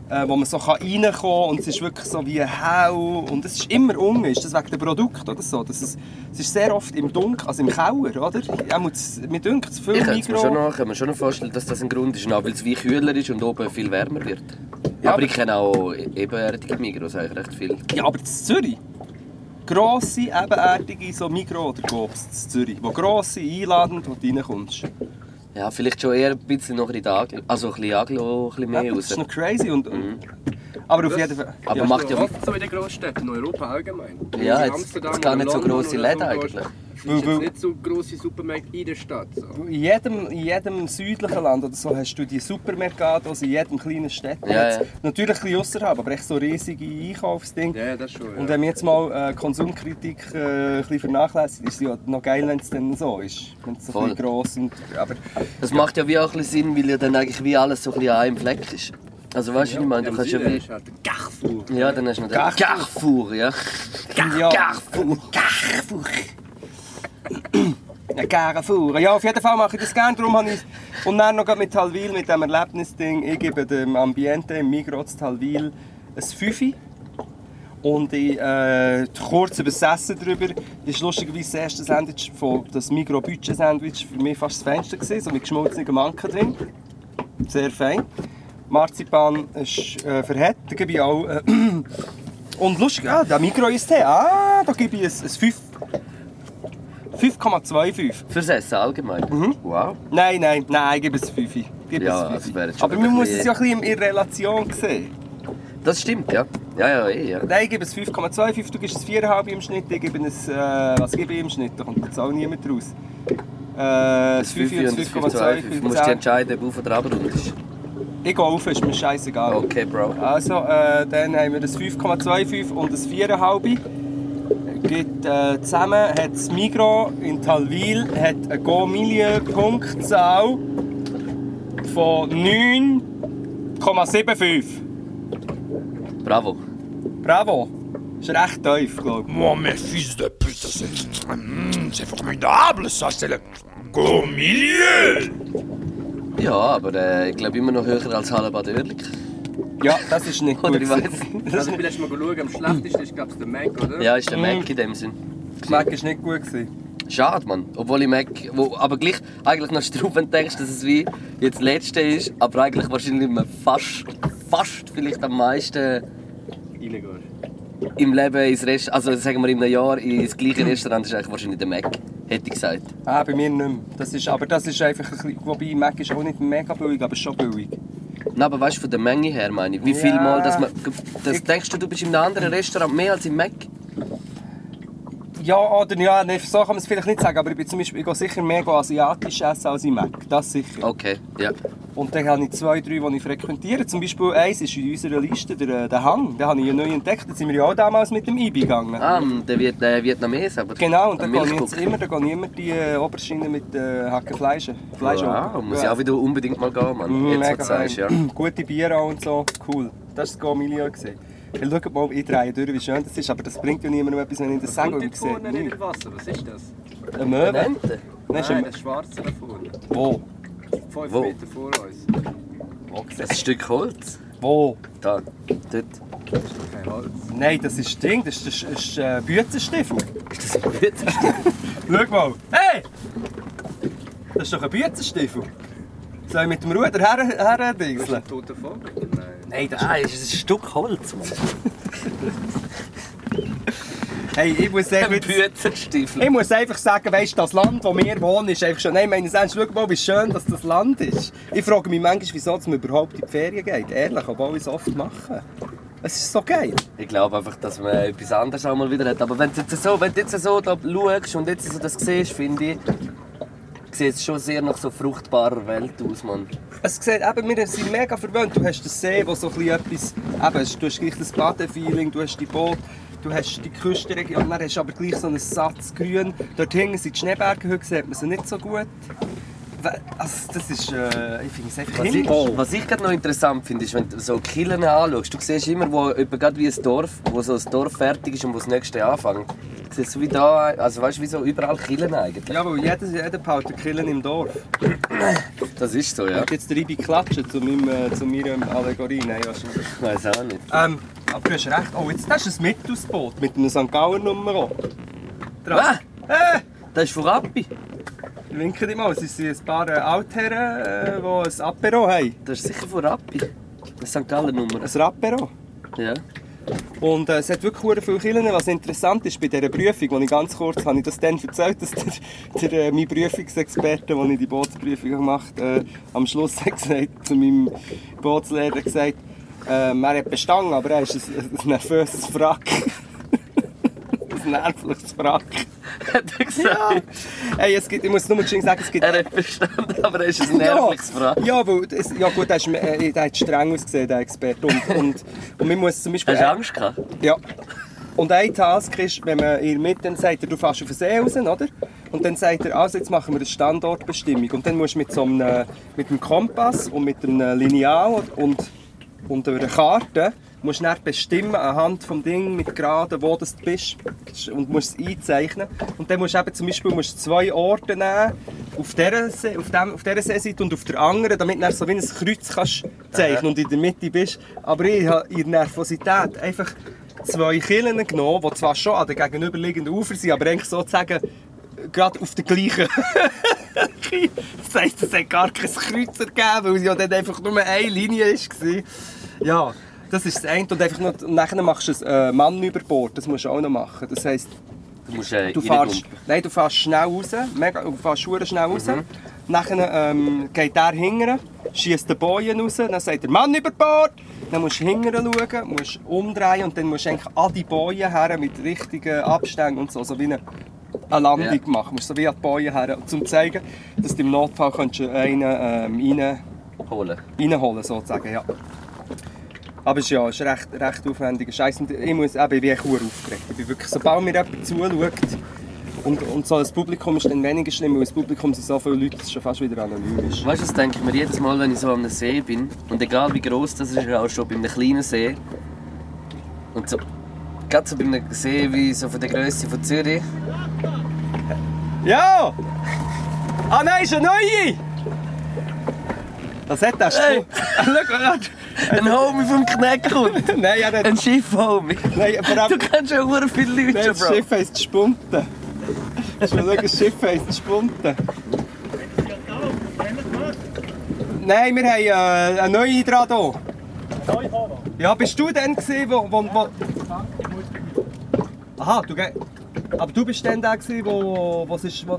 S4: äh, wo man so kann reinkommen kann und es ist wirklich so wie ein Hau und es ist immer um, ist das wegen dem Produkt oder so. Das ist, es ist sehr oft im Dunkeln, also im Keller, oder? Ja, mir dünkt es viel
S3: Ich könnte es mir
S4: Migros-
S3: schon, noch, kann mir schon noch vorstellen, dass das ein Grund ist, auch weil es wie kühler ist und oben viel wärmer wird.
S4: Ja,
S3: aber
S4: aber-
S3: ich kenne auch ebenerdige Migros eigentlich recht viel.
S4: Ja, aber das Zürich. Grosse, ebenerdige so Migros oder Gobs in Zürich, wo grosse, einladend, wo du reinkommst.
S3: Ja, vielleicht schon eher ein bisschen noch ein bisschen, angel- also ein bisschen, angelo, ein bisschen
S4: Ja,
S3: mehr
S4: das ist
S3: raus. Mhm.
S4: noch crazy und... Aber auf jeden Fall...
S3: Aber
S4: ja,
S3: macht ja
S5: oft so in den Großstädten, in Europa allgemein.
S3: Ja,
S5: In
S3: jetzt-
S5: Amsterdam
S3: jetzt gar
S5: oder
S3: nicht so
S5: London
S3: grosse
S5: oder so
S3: Läden
S5: gehst,
S3: eigentlich.
S5: Es
S4: Weil-
S5: ist
S4: weil-
S5: jetzt nicht so grosse Supermärkte in der Stadt. So.
S4: in jedem, in jedem südlichen Land oder so hast du die Supermercados in jedem kleinen Städtchen.
S3: Ja,
S4: Jetzt
S3: ja.
S4: Natürlich ein bisschen ausserhalb, aber echt so riesige Einkaufsdinge.
S5: Ja, das schon.
S4: Und
S5: ja.
S4: wenn wir jetzt mal äh, Konsumkritik äh, ein bisschen vernachlässigt, ist es ja noch geil, wenn es dann so ist. Wenn es so
S3: Voll.
S4: viel gross und... Aber
S3: Das macht ja wie auch ein bisschen Sinn, weil ja dann eigentlich wie alles so ein bisschen an einem Fleck ist. Also weißt du, was ich meine,
S5: Ja,
S3: du
S5: aber
S3: kannst ja
S5: Syrien
S3: wie...
S5: ist halt ein Gachfuhr.
S3: Ja, dann hast du noch den Gachfuhr, ja.
S4: ja,
S3: Gachfuhr, Gachfuhr.
S4: ja, gerne fahren. Ja, auf jeden Fall mache ich das gerne, darum habe ich... Und dann noch gerade mit Talwil, mit dem Erlebnisding. Ich gebe dem Ambiente im Migros Talwil ein Fünfi. Und ich äh, kurz übersessen darüber, ist lustigerweise das erste Sandwich, von, das Migros-Budget-Sandwich, für mich fast das Fenster gewesen, so mit geschmolzenen Manken drin. Sehr fein. Marzipan ist äh, verhett, da gebe ich auch... Äh, und lustig, ah, der Migros ist der. Ah, da gebe ich ein, ein 5. 5,25.
S3: Fürs Essen allgemein. Mhm. Wow.
S4: Nein, nein, nein, ich gebe es 5. Ich Gebe
S3: Ja,
S4: es
S3: also
S4: Fünfi.
S3: wäre jetzt schon
S4: Aber
S3: wieder
S4: man muss
S3: ein
S4: es ja ein bisschen in Relation sehen.
S3: Das stimmt, ja. Ja, ja, eh, ja.
S4: Nein, ich gebe es 5,25, du gibst es 4,5 im Schnitt, ich gebe es... Äh, was gebe ich im Schnitt? Da kommt jetzt auch niemand raus. Äh, das
S3: Das 5
S4: Fünfi
S3: und das 5,25. Du
S4: und
S3: musst
S4: das
S3: dich
S4: 5,10.
S3: entscheiden, ob auf oder runter ist.
S4: Ich gehe auf, ist mir scheißegal.
S3: Okay, Bro.
S4: Also, äh, dann haben wir das 5,25 und das 4,5. Gibt, äh, zusammen hat das Migros in Talwil hat eine Go-Milieu-Punktzahl von 9,75.
S3: Bravo.
S4: Bravo! Ist recht tief, glaube ich.
S6: Moi, mes fils de pute, c'est. Mm, c'est formidable, ça, c'est le. Go milieu!
S3: Ja, aber äh, ich glaube immer noch höher als Hallenbad Oerlich.
S4: Ja, das ist nicht
S3: [laughs]
S4: gut.
S3: Oder ich
S4: gewesen. Das
S5: Also vielleicht mal schauen, am schlechtesten ist glaube ich der Mac, oder?
S3: Ja, ist der
S4: Mhm.
S3: Mac in dem Sinn.
S4: Geschmack ist nicht gut. Gewesen.
S3: Schade, Mann. Obwohl ich Mac... Wo, aber gleich eigentlich noch drauf denkst, dass es wie jetzt das Letzte ist, aber eigentlich wahrscheinlich immer fast, fast vielleicht am meisten
S5: Reingehst.
S3: im Leben ins Rest... Also sagen wir in einem Jahr ins gleiche Restaurant ist eigentlich wahrscheinlich der Mac. Hätte ich gesagt.
S4: Ah, bei mir nicht mehr. Das ist, aber das ist einfach ein bisschen, Wobei, Mac ist auch nicht mega billig, aber schon billig.
S3: Nein, aber weißt du, von der Menge her meine ich. Wie viel
S4: Ja.
S3: Mal, dass man... Das
S4: Ich-
S3: denkst du, du bist in einem anderen Restaurant mehr als im Mac?
S4: Ja, oder ja, nee, so kann man es vielleicht nicht sagen, aber ich, bin zum Beispiel, ich gehe sicher mehr asiatisch essen als im Mac, das sicher.
S3: Okay, ja.
S4: Und dann habe ich zwei, drei, die ich frequentiere. Zum Beispiel eins ist in unserer Liste, der, äh, der Hang, den habe ich ja neu entdeckt, da sind wir ja auch damals mit dem Ibi gegangen.
S3: Ah, der Viet äh, Vietnames, aber...
S4: Genau,
S3: am
S4: und dann gehe ich
S3: Milchkuck.
S4: jetzt immer, da gehe ich immer die äh, Oberschiene mit äh, Hacken Fleisch. Fleisch
S3: Wow, muss ich auch wieder unbedingt mal gehen, Mann.
S4: Mhm,
S3: Jetzt, wo
S4: mega
S3: du sagst, ja.
S4: fein. [clears throat] Gute Biere auch und so, cool. Das war das Milieu. gewesen. Hey, schaut mal, ich drehe durch, wie schön das ist, aber das bringt ja niemandem etwas, wenn ich das sage, weil
S5: Und die
S4: ich sehe
S5: vorne in
S4: nichts.
S5: dem Wasser, was ist das?
S4: Eine Möwe?
S3: Ente.
S4: Nein, ist
S5: Nein,
S4: eine-
S5: das Schwarze da vorne.
S4: Wo?
S5: 5
S3: Wo?
S5: Meter vor uns.
S3: Ein Stück Holz.
S4: Wo?
S3: Da, dort.
S5: Kein Holz.
S4: Nein, das ist Ding, das ist, das ist äh, Büzenstiefel.
S3: Ist das ein Bütenstift?
S4: Schau mal. Hey! Das ist doch ein Büzenstiefel. Soll ich mit dem Ruder her, herdingseln?
S5: Toter Vogel? Nein.
S4: Nein, das ist...
S3: Nein, das ist ein Stück Holz, Mann.
S4: Hey, ich muss sagen...
S3: Ein
S4: jetzt-
S3: Bütenstiefel.
S4: Ich muss einfach sagen, weißt, das Land, wo wir wohnen, ist einfach schon. Nein, meine Sense, schau mal, wie schön dass das Land ist. Ich frage mich manchmal, wieso es mir überhaupt in die Ferien geht. Ehrlich, obwohl ich es oft mache. Es ist so geil.
S3: Ich glaube einfach, dass man etwas anderes auch mal wieder hat. Aber wenn du jetzt so, wenn du jetzt so da schaust und jetzt so das siehst, finde ich, sieht es schon sehr nach so fruchtbarer Welt aus, Mann.
S4: Es sieht, eben, wir sind mega verwöhnt. Du hast den See, wo so ein bisschen etwas... Eben, du hast gleich das Badefeeling, du hast die Boot, du hast die Küstenregion, dann hast du aber gleich so einen Satz Grün. Dort hinten sind die Schneeberge, heute sieht man sie nicht so gut. We- Also, das ist... Äh, ich finde es einfach
S3: Was ich,
S4: himmlisch.
S3: was ich gerade noch interessant finde, ist, wenn du so Killen anschaust, du siehst immer, wo jemand gerade wie ein Dorf, wo so ein Dorf fertig ist und wo das nächste anfängt. Du siehst wie da, also weißt du, wie so überall Killen eigentlich.
S4: Ja, weil jeder, jeder behauptet Killen im Dorf.
S3: Das ist so, ja.
S4: Ich jetzt drei klatschen zu, meinem, äh, zu meiner Allegorie. Nein, wahrscheinlich.
S3: Ich weiß auch nicht.
S4: Ähm, aber du hast recht. Oh, jetzt das ist ein Mittelsboot mit einer St. Gauer Nummer. auch.
S3: Ah,
S4: Dran. Äh,
S3: das ist von Rappi.
S4: winken die mal. Es sind ein paar äh, Altherren, äh, die ein Apero haben.
S3: Das ist sicher von Rappi. Das ist St. Gallen Nummer.
S4: Ein Rapero.
S3: [laughs] Ja.
S4: Und äh, es hat wirklich hure viele Killen. Was interessant ist bei dieser Prüfung, die ich ganz kurz habe ich das dann erzählt, dass der, der, äh, mein Prüfungsexperte, als ich die Bootsprüfung gemacht habe, äh, am Schluss hat gesagt, zu meinem Bootslehrer gesagt, ähm, er hat bestanden, aber er ist ein, ein nervöses Frack. [laughs] ein nervliches Frack.
S3: Hat er gesagt. [laughs]
S4: Ja. [laughs] Hey, es gibt, ich muss nur mal schnell sagen, es gibt
S3: Er hat verstanden, aber er ist ein nervliches Frage.
S4: [laughs] ja, weil, es- ja gut, der, ist, äh, der hat streng ausgesehen, der Experte. Und, und, und man muss zum Beispiel...
S3: Hast du Angst gehabt?
S4: Ja. Und ein Task ist, wenn man ihr mit, dann sagt er, du fährst auf den See raus, oder? Und dann sagt er, also jetzt machen wir eine Standortbestimmung. Und dann musst du mit so einem, mit einem Kompass und mit einem Lineal und, und einer Karte musst du dann bestimmen, anhand des Ding mit Graden, wo das du bist. Und musst es einzeichnen. Und dann musst du eben zum Beispiel musst du zwei Orte nehmen, auf dieser, See, auf, dem, auf dieser Seeseite und auf der anderen, damit du dann so wie ein Kreuz kannst zeichnen und in der Mitte bist. Aber ich habe ihre Nervosität einfach zwei Killen genommen, die zwar schon an den gegenüberliegenden Ufer sind, aber eigentlich sozusagen gerade auf der gleichen. [laughs] das heisst, es hat gar kein Kreuz ergeben, weil es ja dann einfach nur eine Linie war. Ja, das ist das eine. Und, einfach noch, und nachher machst du einen äh, Mann über Bord, das musst du auch noch machen. Das heisst,
S3: Du musst äh,
S4: Du
S3: reingumpen.
S4: fährst, nein, du fährst schnell raus, mega, du fährst hure schnell raus.
S3: Mhm.
S4: Nachher ähm, geht der hinten, schießt den Bojen raus, dann sagt der Mann über Bord. Dann musst du hinten schauen, musst umdrehen und dann musst du eigentlich an die Bojen her mit richtigen Abständen und so, so wie eine, eine Landung
S3: Ja.
S4: machen. Musst so wie an die Bojen her, um zu zeigen, dass du im Notfall könntest du einen ähm, rein,
S3: holen.
S4: reinholen sozusagen, ja. Aber es ist ja, es ist recht, recht aufwendiger Scheiß. Und ich muss eben, ich bin echt verdammt aufgeregt. Ich bin wirklich, sobald mir jemand zuschaut und, und so das Publikum ist dann weniger schlimm, weil das Publikum sind so viele Leute, dass es schon fast wieder anonym ist.
S3: Weißt du, das denke ich mir jedes Mal, wenn ich so am See bin. Und egal wie groß das ist, auch schon bei einem kleinen See. Und so, gerade so bei einem See wie so von der Größe von
S4: [laughs]
S3: Zürich.
S4: Ja! Ah nein, ist eine neue! Was hat der Spruch? Schau mal!
S3: Ein Homie vom Kneck
S4: [laughs]
S3: kommt.
S4: Nein, ja, der,
S3: Ein Schiff-Homie.
S4: nein, vor
S3: Du
S4: allem,
S3: kennst ja auch viele
S4: nein,
S3: Leute,
S4: das
S3: Bro.
S4: Schiff heisst Spunten. Schau mal, das Schiff heisst Spunten. Nein, wir haben äh, eine neue dran hier. Ja, bist du denn gesehen, wo, wo, wo... Aha, du geh... Aber du bist dann der gewesen, wo, was ist, wo...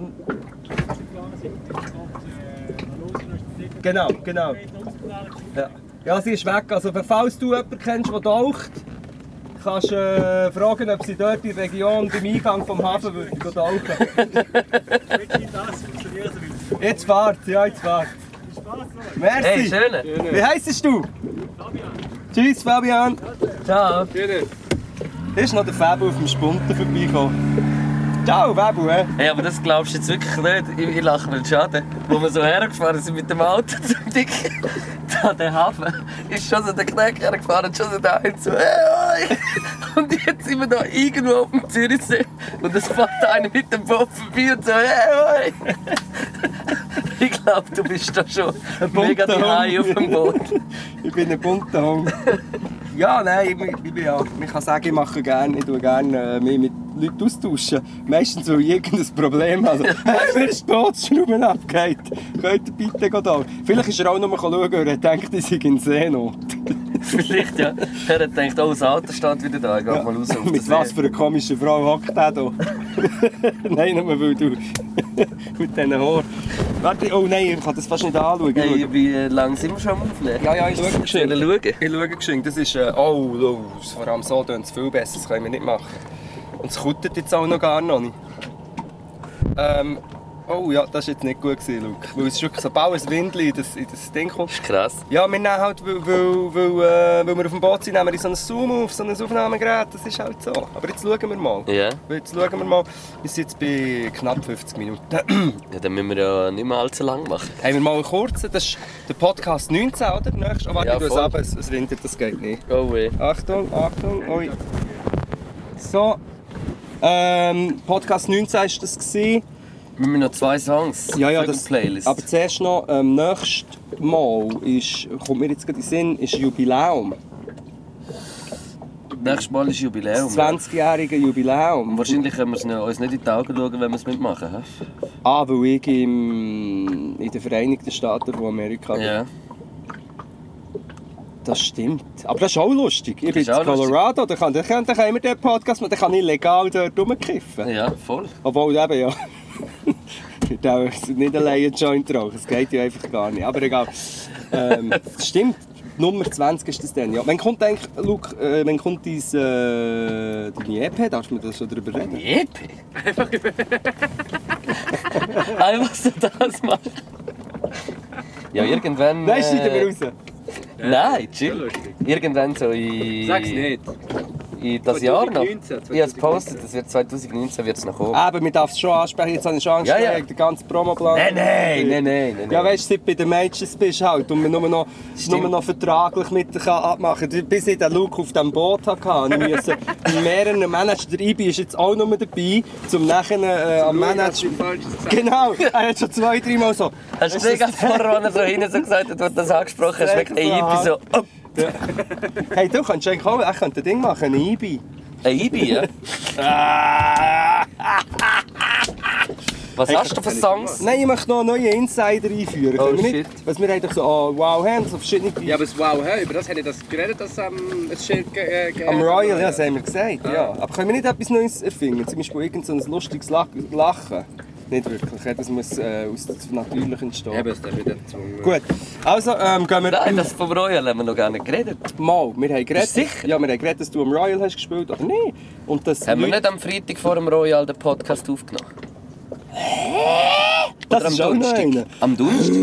S4: Genau, genau. Ja. ja, sie ist weg. Also falls du jemanden kennst, der taucht, kannst du äh, fragen, ob sie dort in der Region beim Eingang vom Hafen würden gehen tauchen. Jetzt fahrt, ja, jetzt fahrt. Merci.
S3: Hey, schön.
S4: Wie heisst du? Fabian. Tschüss, Fabian.
S3: Ciao.
S5: Tschüss.
S4: Hier ist noch der Fabu auf dem Spunten vorbeigekommen. Ciao, Fabu. hä?
S3: Hey, aber das glaubst du jetzt wirklich nicht. Ich, ich lache mir den Schaden. Wo wir so hergefahren sind mit dem Auto [laughs] zum Dicken, da der Hafen, ist schon so der Kneck hergefahren, und schon so da hin so, hey, hey. Und jetzt sind wir da irgendwo auf dem Zürichsee und es fährt einer mit dem Boot vorbei und so, hey, hey. Ich glaube, du bist da schon
S4: Bunter
S3: mega die Hai auf
S4: Hund.
S3: dem Boot.
S4: Ich bin ein bunter Hund. [laughs] Ja, nein, ich, bin- ich bin ja, ich kann sagen, ich mache gerne, ich tue gerne äh, mich mit Leuten austauschen. Meistens, weil ich irgendein Problem habe. Also, [laughs] hey, mir ist die um Bootsschraube abgeht. Könnt ihr bitte gehen da? Vielleicht ist er auch noch mal schauen, weil er denkt, ich sei in Seenot.
S3: Vielleicht, ja. Er hat gedacht, oh, das Alter steht wieder da. Ich gehe mal raus auf
S4: Mit
S3: das
S4: was
S3: See.
S4: für einer komischen Frau hockt der da? [laughs] nein, nur weil du [laughs] mit diesen Haaren... Warte, oh nein, ich kann das fast nicht anschauen. Ich
S3: Hey,
S4: schau-
S3: wie lange sind wir schon am Aufnehmen?
S4: Ja, ja, ich schau
S3: Schnell
S4: geschwind.
S3: schauen.
S4: Ich schaue geschwind, das ist... Äh, oh, los, vor allem so tönt es viel besser, das können wir nicht machen. Und es kuttet jetzt auch noch gar noch nicht. Ähm, oh ja, das war jetzt nicht gut, gewesen, Luke. Weil es ist wirklich so bau ein Windli in das, in das Ding kommt.
S3: Krass.
S4: Ja, wir nehmen halt, weil, weil, weil, äh, weil wir auf dem Boot sind, nehmen wir in so einen Zoom auf, so ein Aufnahmegerät, das ist halt so. Aber jetzt schauen wir mal.
S3: Ja.
S4: Jetzt schauen wir mal, wir sind jetzt bei knapp 50 Minuten. [clears throat]
S3: ja, dann müssen wir ja nicht mehr allzu lang machen.
S4: Haben wir mal einen kurzen, das ist der Podcast 19, oder? Nächstes, oh, warte,
S3: Ja,
S4: ich tue es
S3: voll.
S4: runter, es, es windet, das geht nicht.
S3: Oh, weh.
S4: Achtung, Achtung, oi. So, ähm, Podcast 19 war das. Gewesen.
S3: Wir müssen noch zwei Songs
S4: Ja, ja,
S3: für
S4: das,
S3: die Playlist.
S4: aber zuerst noch, ähm, nächstes Mal ist, kommt mir jetzt gerade in den Sinn, ist Jubiläum.
S3: Nächstes Mal ist Jubiläum.
S4: Das
S3: ja.
S4: 20-jährige Jubiläum.
S3: Wahrscheinlich können wir es noch- uns nicht in die Augen schauen, wenn wir es mitmachen. hä?
S4: Ah, weil ich im, in den Vereinigten Staaten von Amerika bin.
S3: Ja.
S4: Das stimmt. Aber das ist auch lustig. Ich bin
S3: ist
S4: in
S3: auch lustig.
S4: Colorado, da kann, da kann, da kann ich den Podcast machen, da kann ich legal dort rumkiffen.
S3: ja, voll.
S4: Obwohl, eben ja. [laughs] Ich darf jetzt nicht alleine einen Joint rauchen, das geht ja einfach gar nicht. Aber egal. Ähm, stimmt, Nummer 20 ist das dann. Ja. Wann kommt eigentlich, Luke, äh, wann kommt dein, äh, deine EP? Darfst du mir das schon darüber reden?
S3: Epi. Einfach so das machen. Ja, irgendwann.
S4: Nein, schneiden wir
S3: äh,
S4: raus.
S3: Nein,
S5: Ja,
S3: chill.
S5: lustig.
S3: Irgendwann so in.
S5: Sag's nicht.
S3: In das Jahr noch. Ich
S5: 2019,
S3: habe es gepostet, das wird 2019 wird's noch kommen.
S4: Ah, Aber man darf es schon ansprechen, jetzt habe ich schon Angst,
S3: Ja, ja.
S4: wegen der ganzen Promoplan.
S3: Nein, nein, nein, nein, nein.
S4: Ja,
S3: nein.
S4: weißt du, seit du bei den Mädchen bist halt und man nur noch, nur noch vertraglich mit dir kann abmachen kann. Bis ich den Luke auf dem Boot hatte, habe ich
S3: [laughs]
S4: musste mit mehreren Manager, der Ibi ist jetzt auch nur dabei, um nachher äh, am Manager... Genau, er hat schon zwei, dreimal so...
S3: Hast du
S4: Ist das-
S3: gesehen,
S4: [laughs]
S3: gerade vorher, als er so hinten so gesagt hat, wird das angesprochen hast, wegen der Ibi so. Oh,
S4: Hey, du kannst eigentlich auch... Ich könnte ein Ding machen, ein Ibi.
S3: ein Ibi, ja? Ah. Was hast du für Songs?
S4: Nein, ich möchte noch einen neuen Insider einführen.
S3: Oh,
S4: Können wir
S3: shit.
S4: Nicht, was wir haben doch so... Oh, wow, haben so verschiedene...
S5: Ja, aber das Wow, hey, über das hätte ich das geredet, dass ähm, es Schild ge- äh, gegeben
S4: Am
S5: hat.
S4: Royal, ja, das haben wir gesagt, ja. Aber können wir nicht etwas Neues erfinden? Zum Beispiel irgend so ein lustiges Lach- Lachen? Nicht wirklich, ja, das muss äh, aus dem Natürlichen entstehen.
S5: Eben, das wird gezwungen.
S4: Gut, also ähm, gehen wir...
S3: Nein, das vom Royal haben wir noch gar nicht geredet.
S4: Mal, wir haben geredet...
S3: Bist du sicher?
S4: Ja, wir haben geredet, dass du am Royal hast gespielt, oder nicht? Und das...
S3: Haben wir nicht am Freitag vor dem Royal den Podcast aufgenommen?
S4: Das
S3: Oder am
S4: ist auch noch
S3: Donnerstag?
S4: einer.
S3: Am Donnerstag?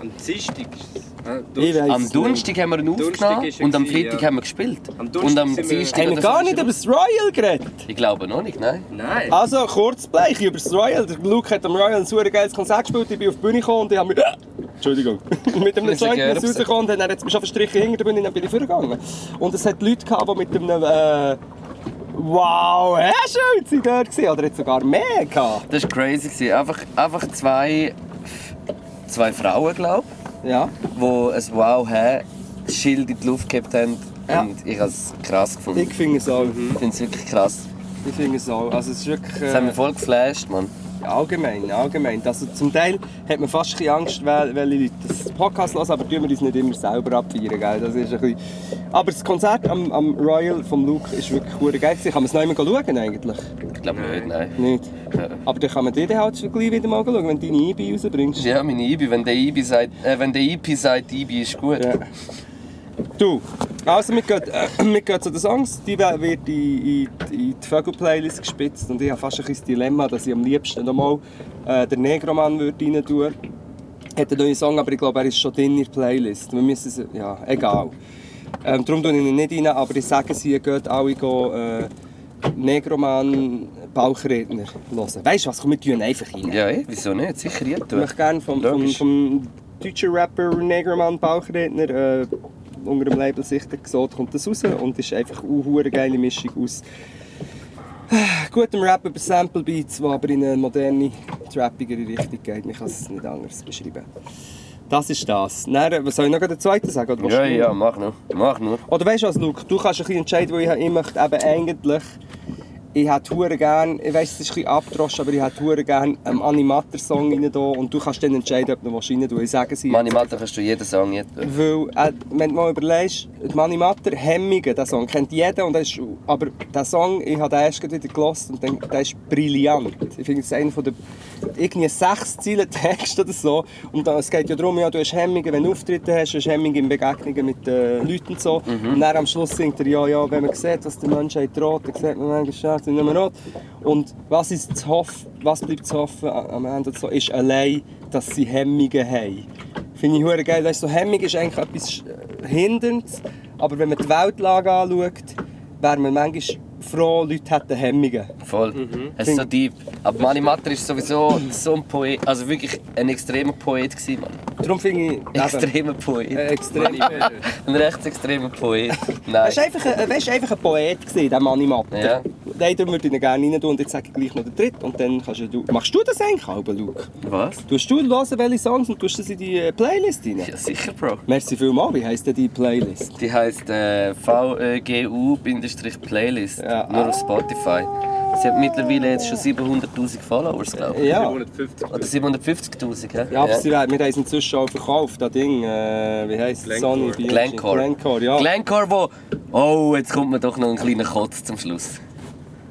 S5: Am Dienstag ist es. Äh,
S4: Ich weiss
S5: Donnerstag.
S3: Am
S4: es
S3: Donnerstag haben wir ihn
S5: Donnerstag
S3: aufgenommen
S5: ist er
S3: und am
S5: gewesen,
S3: Freitag
S5: ja.
S3: haben wir gespielt.
S5: Am Donnerstag
S3: und am
S5: sind wir-
S3: Dienstag...
S4: nicht. Haben wir
S3: oder
S4: gar
S3: so
S4: nicht
S3: ist er-
S4: über das Royal geredet?
S3: Ich glaube noch nicht, nein.
S5: Nein.
S4: Also, kurz bleich über das Royal. Der Luke hat am Royal ein super geiles Konzert gespielt. Ich bin auf die Bühne gekommen und ich habe mich... [laughs] Entschuldigung. mit einem
S3: Mit der
S4: Joint
S3: Gerbse.
S4: rausgekommen und dann hat es mich schon verstrichen hinter der Bühne und dann bin ich vorgegangen. Und es hat Leute gehabt, die mit einem... Äh, wow, hä, schön sind dort gewesen. Oder jetzt sogar mehr gehabt.
S3: Das war crazy. gewesen. Einfach, einfach zwei... Zwei Frauen, glaube ich,
S4: Ja.
S3: die ein wow hä Schild in die Luft gehabt haben.
S4: Ja.
S3: Und ich habe es krass gefunden.
S4: Ich finde es auch.
S3: Ich finde es wirklich krass.
S4: Ich finde es auch. Also, es ist wirklich...
S3: Das haben
S4: Äh,
S3: wir voll geflasht, Mann.
S4: allgemein, allgemein. Also, zum Teil hat man fast ein bisschen Angst, wel- welche Leute das Podcast hören, aber tun wir uns nicht immer selber abfeiern, gell? Das ist ein bisschen... Aber das Konzert am, am Royal von Luke ist wirklich verdammt geil. gewesen. Kann man es noch einmal schauen eigentlich?
S3: Ich glaube nicht, nein.
S4: Nicht. Aber dann kann man dir dann halt schon gleich wieder mal schauen, wenn du deine EB rausbringst.
S3: Ja, meine Ibi, wenn der Ibi sagt, äh, wenn der Ibi sagt, Ibi ist gut.
S4: Ja. Du, also wir gehen, äh, wir gehen zu den Songs, die we- wird in, in, in die Vögel-Playlist gespitzt und ich habe fast ein bisschen das Dilemma, dass ich am liebsten nochmal äh, den Negroman würde rein tun hat einen neuen Song, aber ich glaube, er ist schon in der Playlist. Wir müssen es, ja, egal. Ähm, darum tue ich ihn nicht rein, aber ich sage es hier, geht alle gehen, äh, Negroman Bauchredner hören. Weißt du was, komm, wir tun ihn einfach rein.
S3: Ja, eh, wieso nicht? Sicher hier
S4: Ich
S3: tun.
S4: möchte gerne vom, vom,
S3: Logisch.
S4: vom deutschen Rapper Negermann Bauchredner äh, unter dem Label Sichter gesagt, kommt das raus und ist einfach eine hure geile äh, Mischung aus gutem Rap über Sample Beats, die aber in eine moderne trappigere Richtung geht. Man kann es nicht anders beschreiben. Das ist das. Dann, was soll ich noch den zweiten sagen? Oder willst
S3: Ja,
S4: du?
S3: ja, mach nur. Mach nur.
S4: Oder weißt du was, Luke? Du kannst ein bisschen entscheiden, weil ich, ich möchte eben eigentlich. Ich hätte hure gern, ich weiss, es ist ein bisschen abgedroschen, aber ich hätte hure gern einen Animator-Song rein da und du kannst dann entscheiden, ob du noch rein tun. Ich sage es
S3: Manni
S4: hier.
S3: Matter kannst du jeden Song jetzt.
S4: Weil, äh, wenn du mal überlegst, die Manimatter Hemmige, der Song, kennt jeder. Und das ist, aber der Song, ich habe den erst gerade wieder gelesen und denke, der ist brillant. Ich finde, es ist einer von der, irgendwie sechs Zeilen Text oder so. Und dann, es geht ja darum, ja, du hast Hemmige, wenn du Auftritte hast, hast du Hemmige in Begegnungen mit den Leuten und so. Und dann am Schluss singt er, ja, ja, wenn man sieht, was der Menschheit droht, dann sieht man manchmal schwarz und nicht mehr rot. Und was, ist zu hoffen, was bleibt zu hoffen am Ende und so, ist allein, dass sie Hemmige haben. Finde ich hure geil. Weißt, so Hemmung ist eigentlich etwas äh, Hinderndes, aber wenn man die Weltlage anschaut, wäre man manchmal froh, Leute hätten Hemmungen.
S3: Voll.
S4: Mhm.
S3: Es ist so deep. Aber Manni Matter ist sowieso so ein Poet. Also wirklich ein extremer Poet gewesen, Mann.
S4: Darum finde ich... Eben,
S3: Extremer
S4: äh,
S3: Poet.
S4: extrem.
S3: Ein rechtsextremer
S4: [laughs]
S3: Poet.
S4: Er
S3: Nein.
S4: war einfach, ein- weißt, einfach ein Poet, gewesen, der Manni Matter.
S3: Ja.
S4: Nein, darum würde ich ihn gerne rein tun und jetzt sage ich gleich noch den dritten. Und dann kannst ja du... Machst du das eigentlich auch, Luke?
S3: Was?
S4: Tust du hören, welche Songs und tust das in die äh, Playlist rein?
S3: Ja, sicher, Bro.
S4: Merci vielmals. Wie heisst denn die Playlist?
S3: Die heisst äh, VEGU-Playlist.
S4: Ja.
S3: Nur auf Spotify. Sie hat mittlerweile jetzt schon 700.000 Followers, glaube ich.
S4: Ja.
S5: 750.
S3: Oder 750.000, hä?
S4: Ja, aber sie werden, wir haben es inzwischen schon verkauft, das Ding, äh, wie heisst es?
S5: Glencore.
S4: Bierchen.
S3: Glencore.
S4: Glencore, ja.
S3: Glencore, wo... Oh, jetzt kommt mir doch noch ein kleiner Kotz zum Schluss.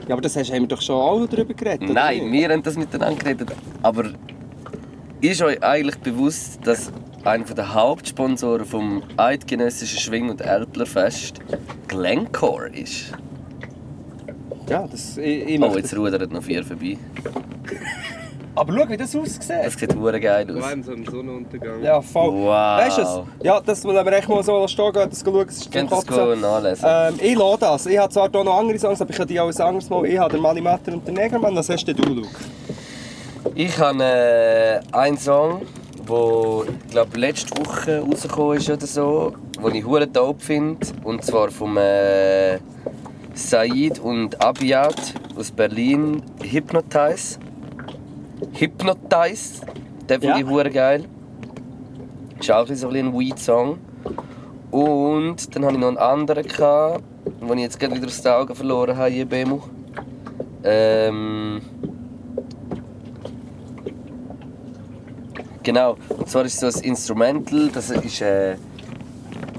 S4: ja. Aber das hast, haben wir doch schon alle darüber geredet, oder
S3: Nein,
S4: nicht?
S3: wir haben das miteinander geredet. Aber ist euch eigentlich bewusst, dass einer der Hauptsponsoren vom Eidgenössischen Schwing- und Älplerfest Glencore ist?
S4: Ja, das, ich, ich
S3: Oh,
S4: möchte-
S3: jetzt rudern noch vier vorbei.
S4: Aber schau, wie das aussieht.
S3: Das sieht hure geil
S5: Vor
S3: aus.
S5: allem so ein Sonnenuntergang.
S4: Ja, voll.
S3: Wow.
S4: Weißt du es? Ja, das wollen wir echt mal so stehen gehen, das schauen, das ist zum
S3: Könnt ihr das
S4: Kotzen.
S3: go nachlesen?
S4: Ähm, ich lasse das. Ich habe zwar hier noch andere Songs, aber ich habe die alles anderes Mal. Ich habe den Mani Matter und den Negermann. Was hast denn du, Luke?
S3: Ich habe äh, einen Song, der glaub, letzte Woche rausgekommen ist oder so, den ich hure dope finde. Und zwar vom äh, Said und Abiat aus Berlin, Hypnotize. Hypnotize, den finde
S4: Ja.
S3: ich hure geil. Ist auch ein bisschen ein Weed-Song. Und dann hatte ich noch einen anderen, gehabt, den ich jetzt gerade wieder aus den Augen verloren habe, je Bemu. Ähm, Genau, und zwar ist so ein Instrumental, das ist, äh,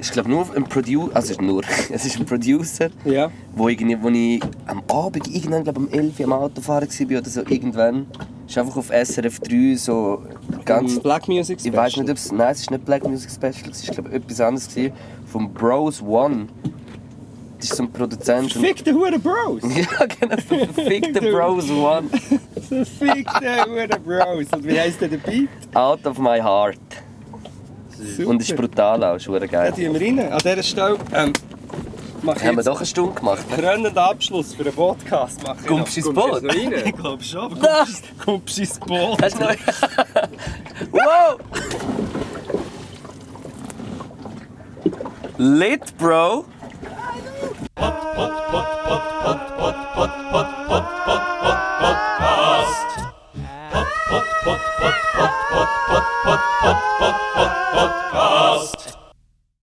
S3: ich glaube nur ein Producer, also ist nur, [laughs] es ist ein Producer,
S4: Ja.
S3: wo, irgendwie, wo ich am Abend, irgendwann, glaube um 11 Uhr am Autofahren war oder so, irgendwann, ist einfach auf SRF 3 so ganz...
S4: Black Music
S3: Ich weiß nicht, ob es. Nein, es ist nicht Black Music Special, es war, glaube etwas anderes. Gewesen, vom Bros One. Das ist so ein Produzent. und-
S4: Fick den Huren
S3: [laughs]
S4: Bros!
S3: ja, genau, verfickte Bros One.
S4: Fick den Huren Bros! Und wie heisst denn der Beat?
S3: Out of my heart. Und ist brutal auch, ist verdammt
S4: Dann
S3: geil.
S4: tun wir rein. An dieser Stelle ähm, mache ich
S3: Haben wir
S4: jetzt
S3: doch eine Stunde gemacht.
S4: einen krönenden Abschluss für den Podcast. Mache ich noch.
S3: Kommst du ins Boot?
S5: Kommst du jetzt noch
S4: Ich
S5: rein?
S4: glaube schon,
S3: [laughs]
S4: aber
S3: Nein.
S4: kommst du- kommst du ins Boot?
S3: Hast du noch... wow! Lit, Bro!
S2: Pod, pod, pod,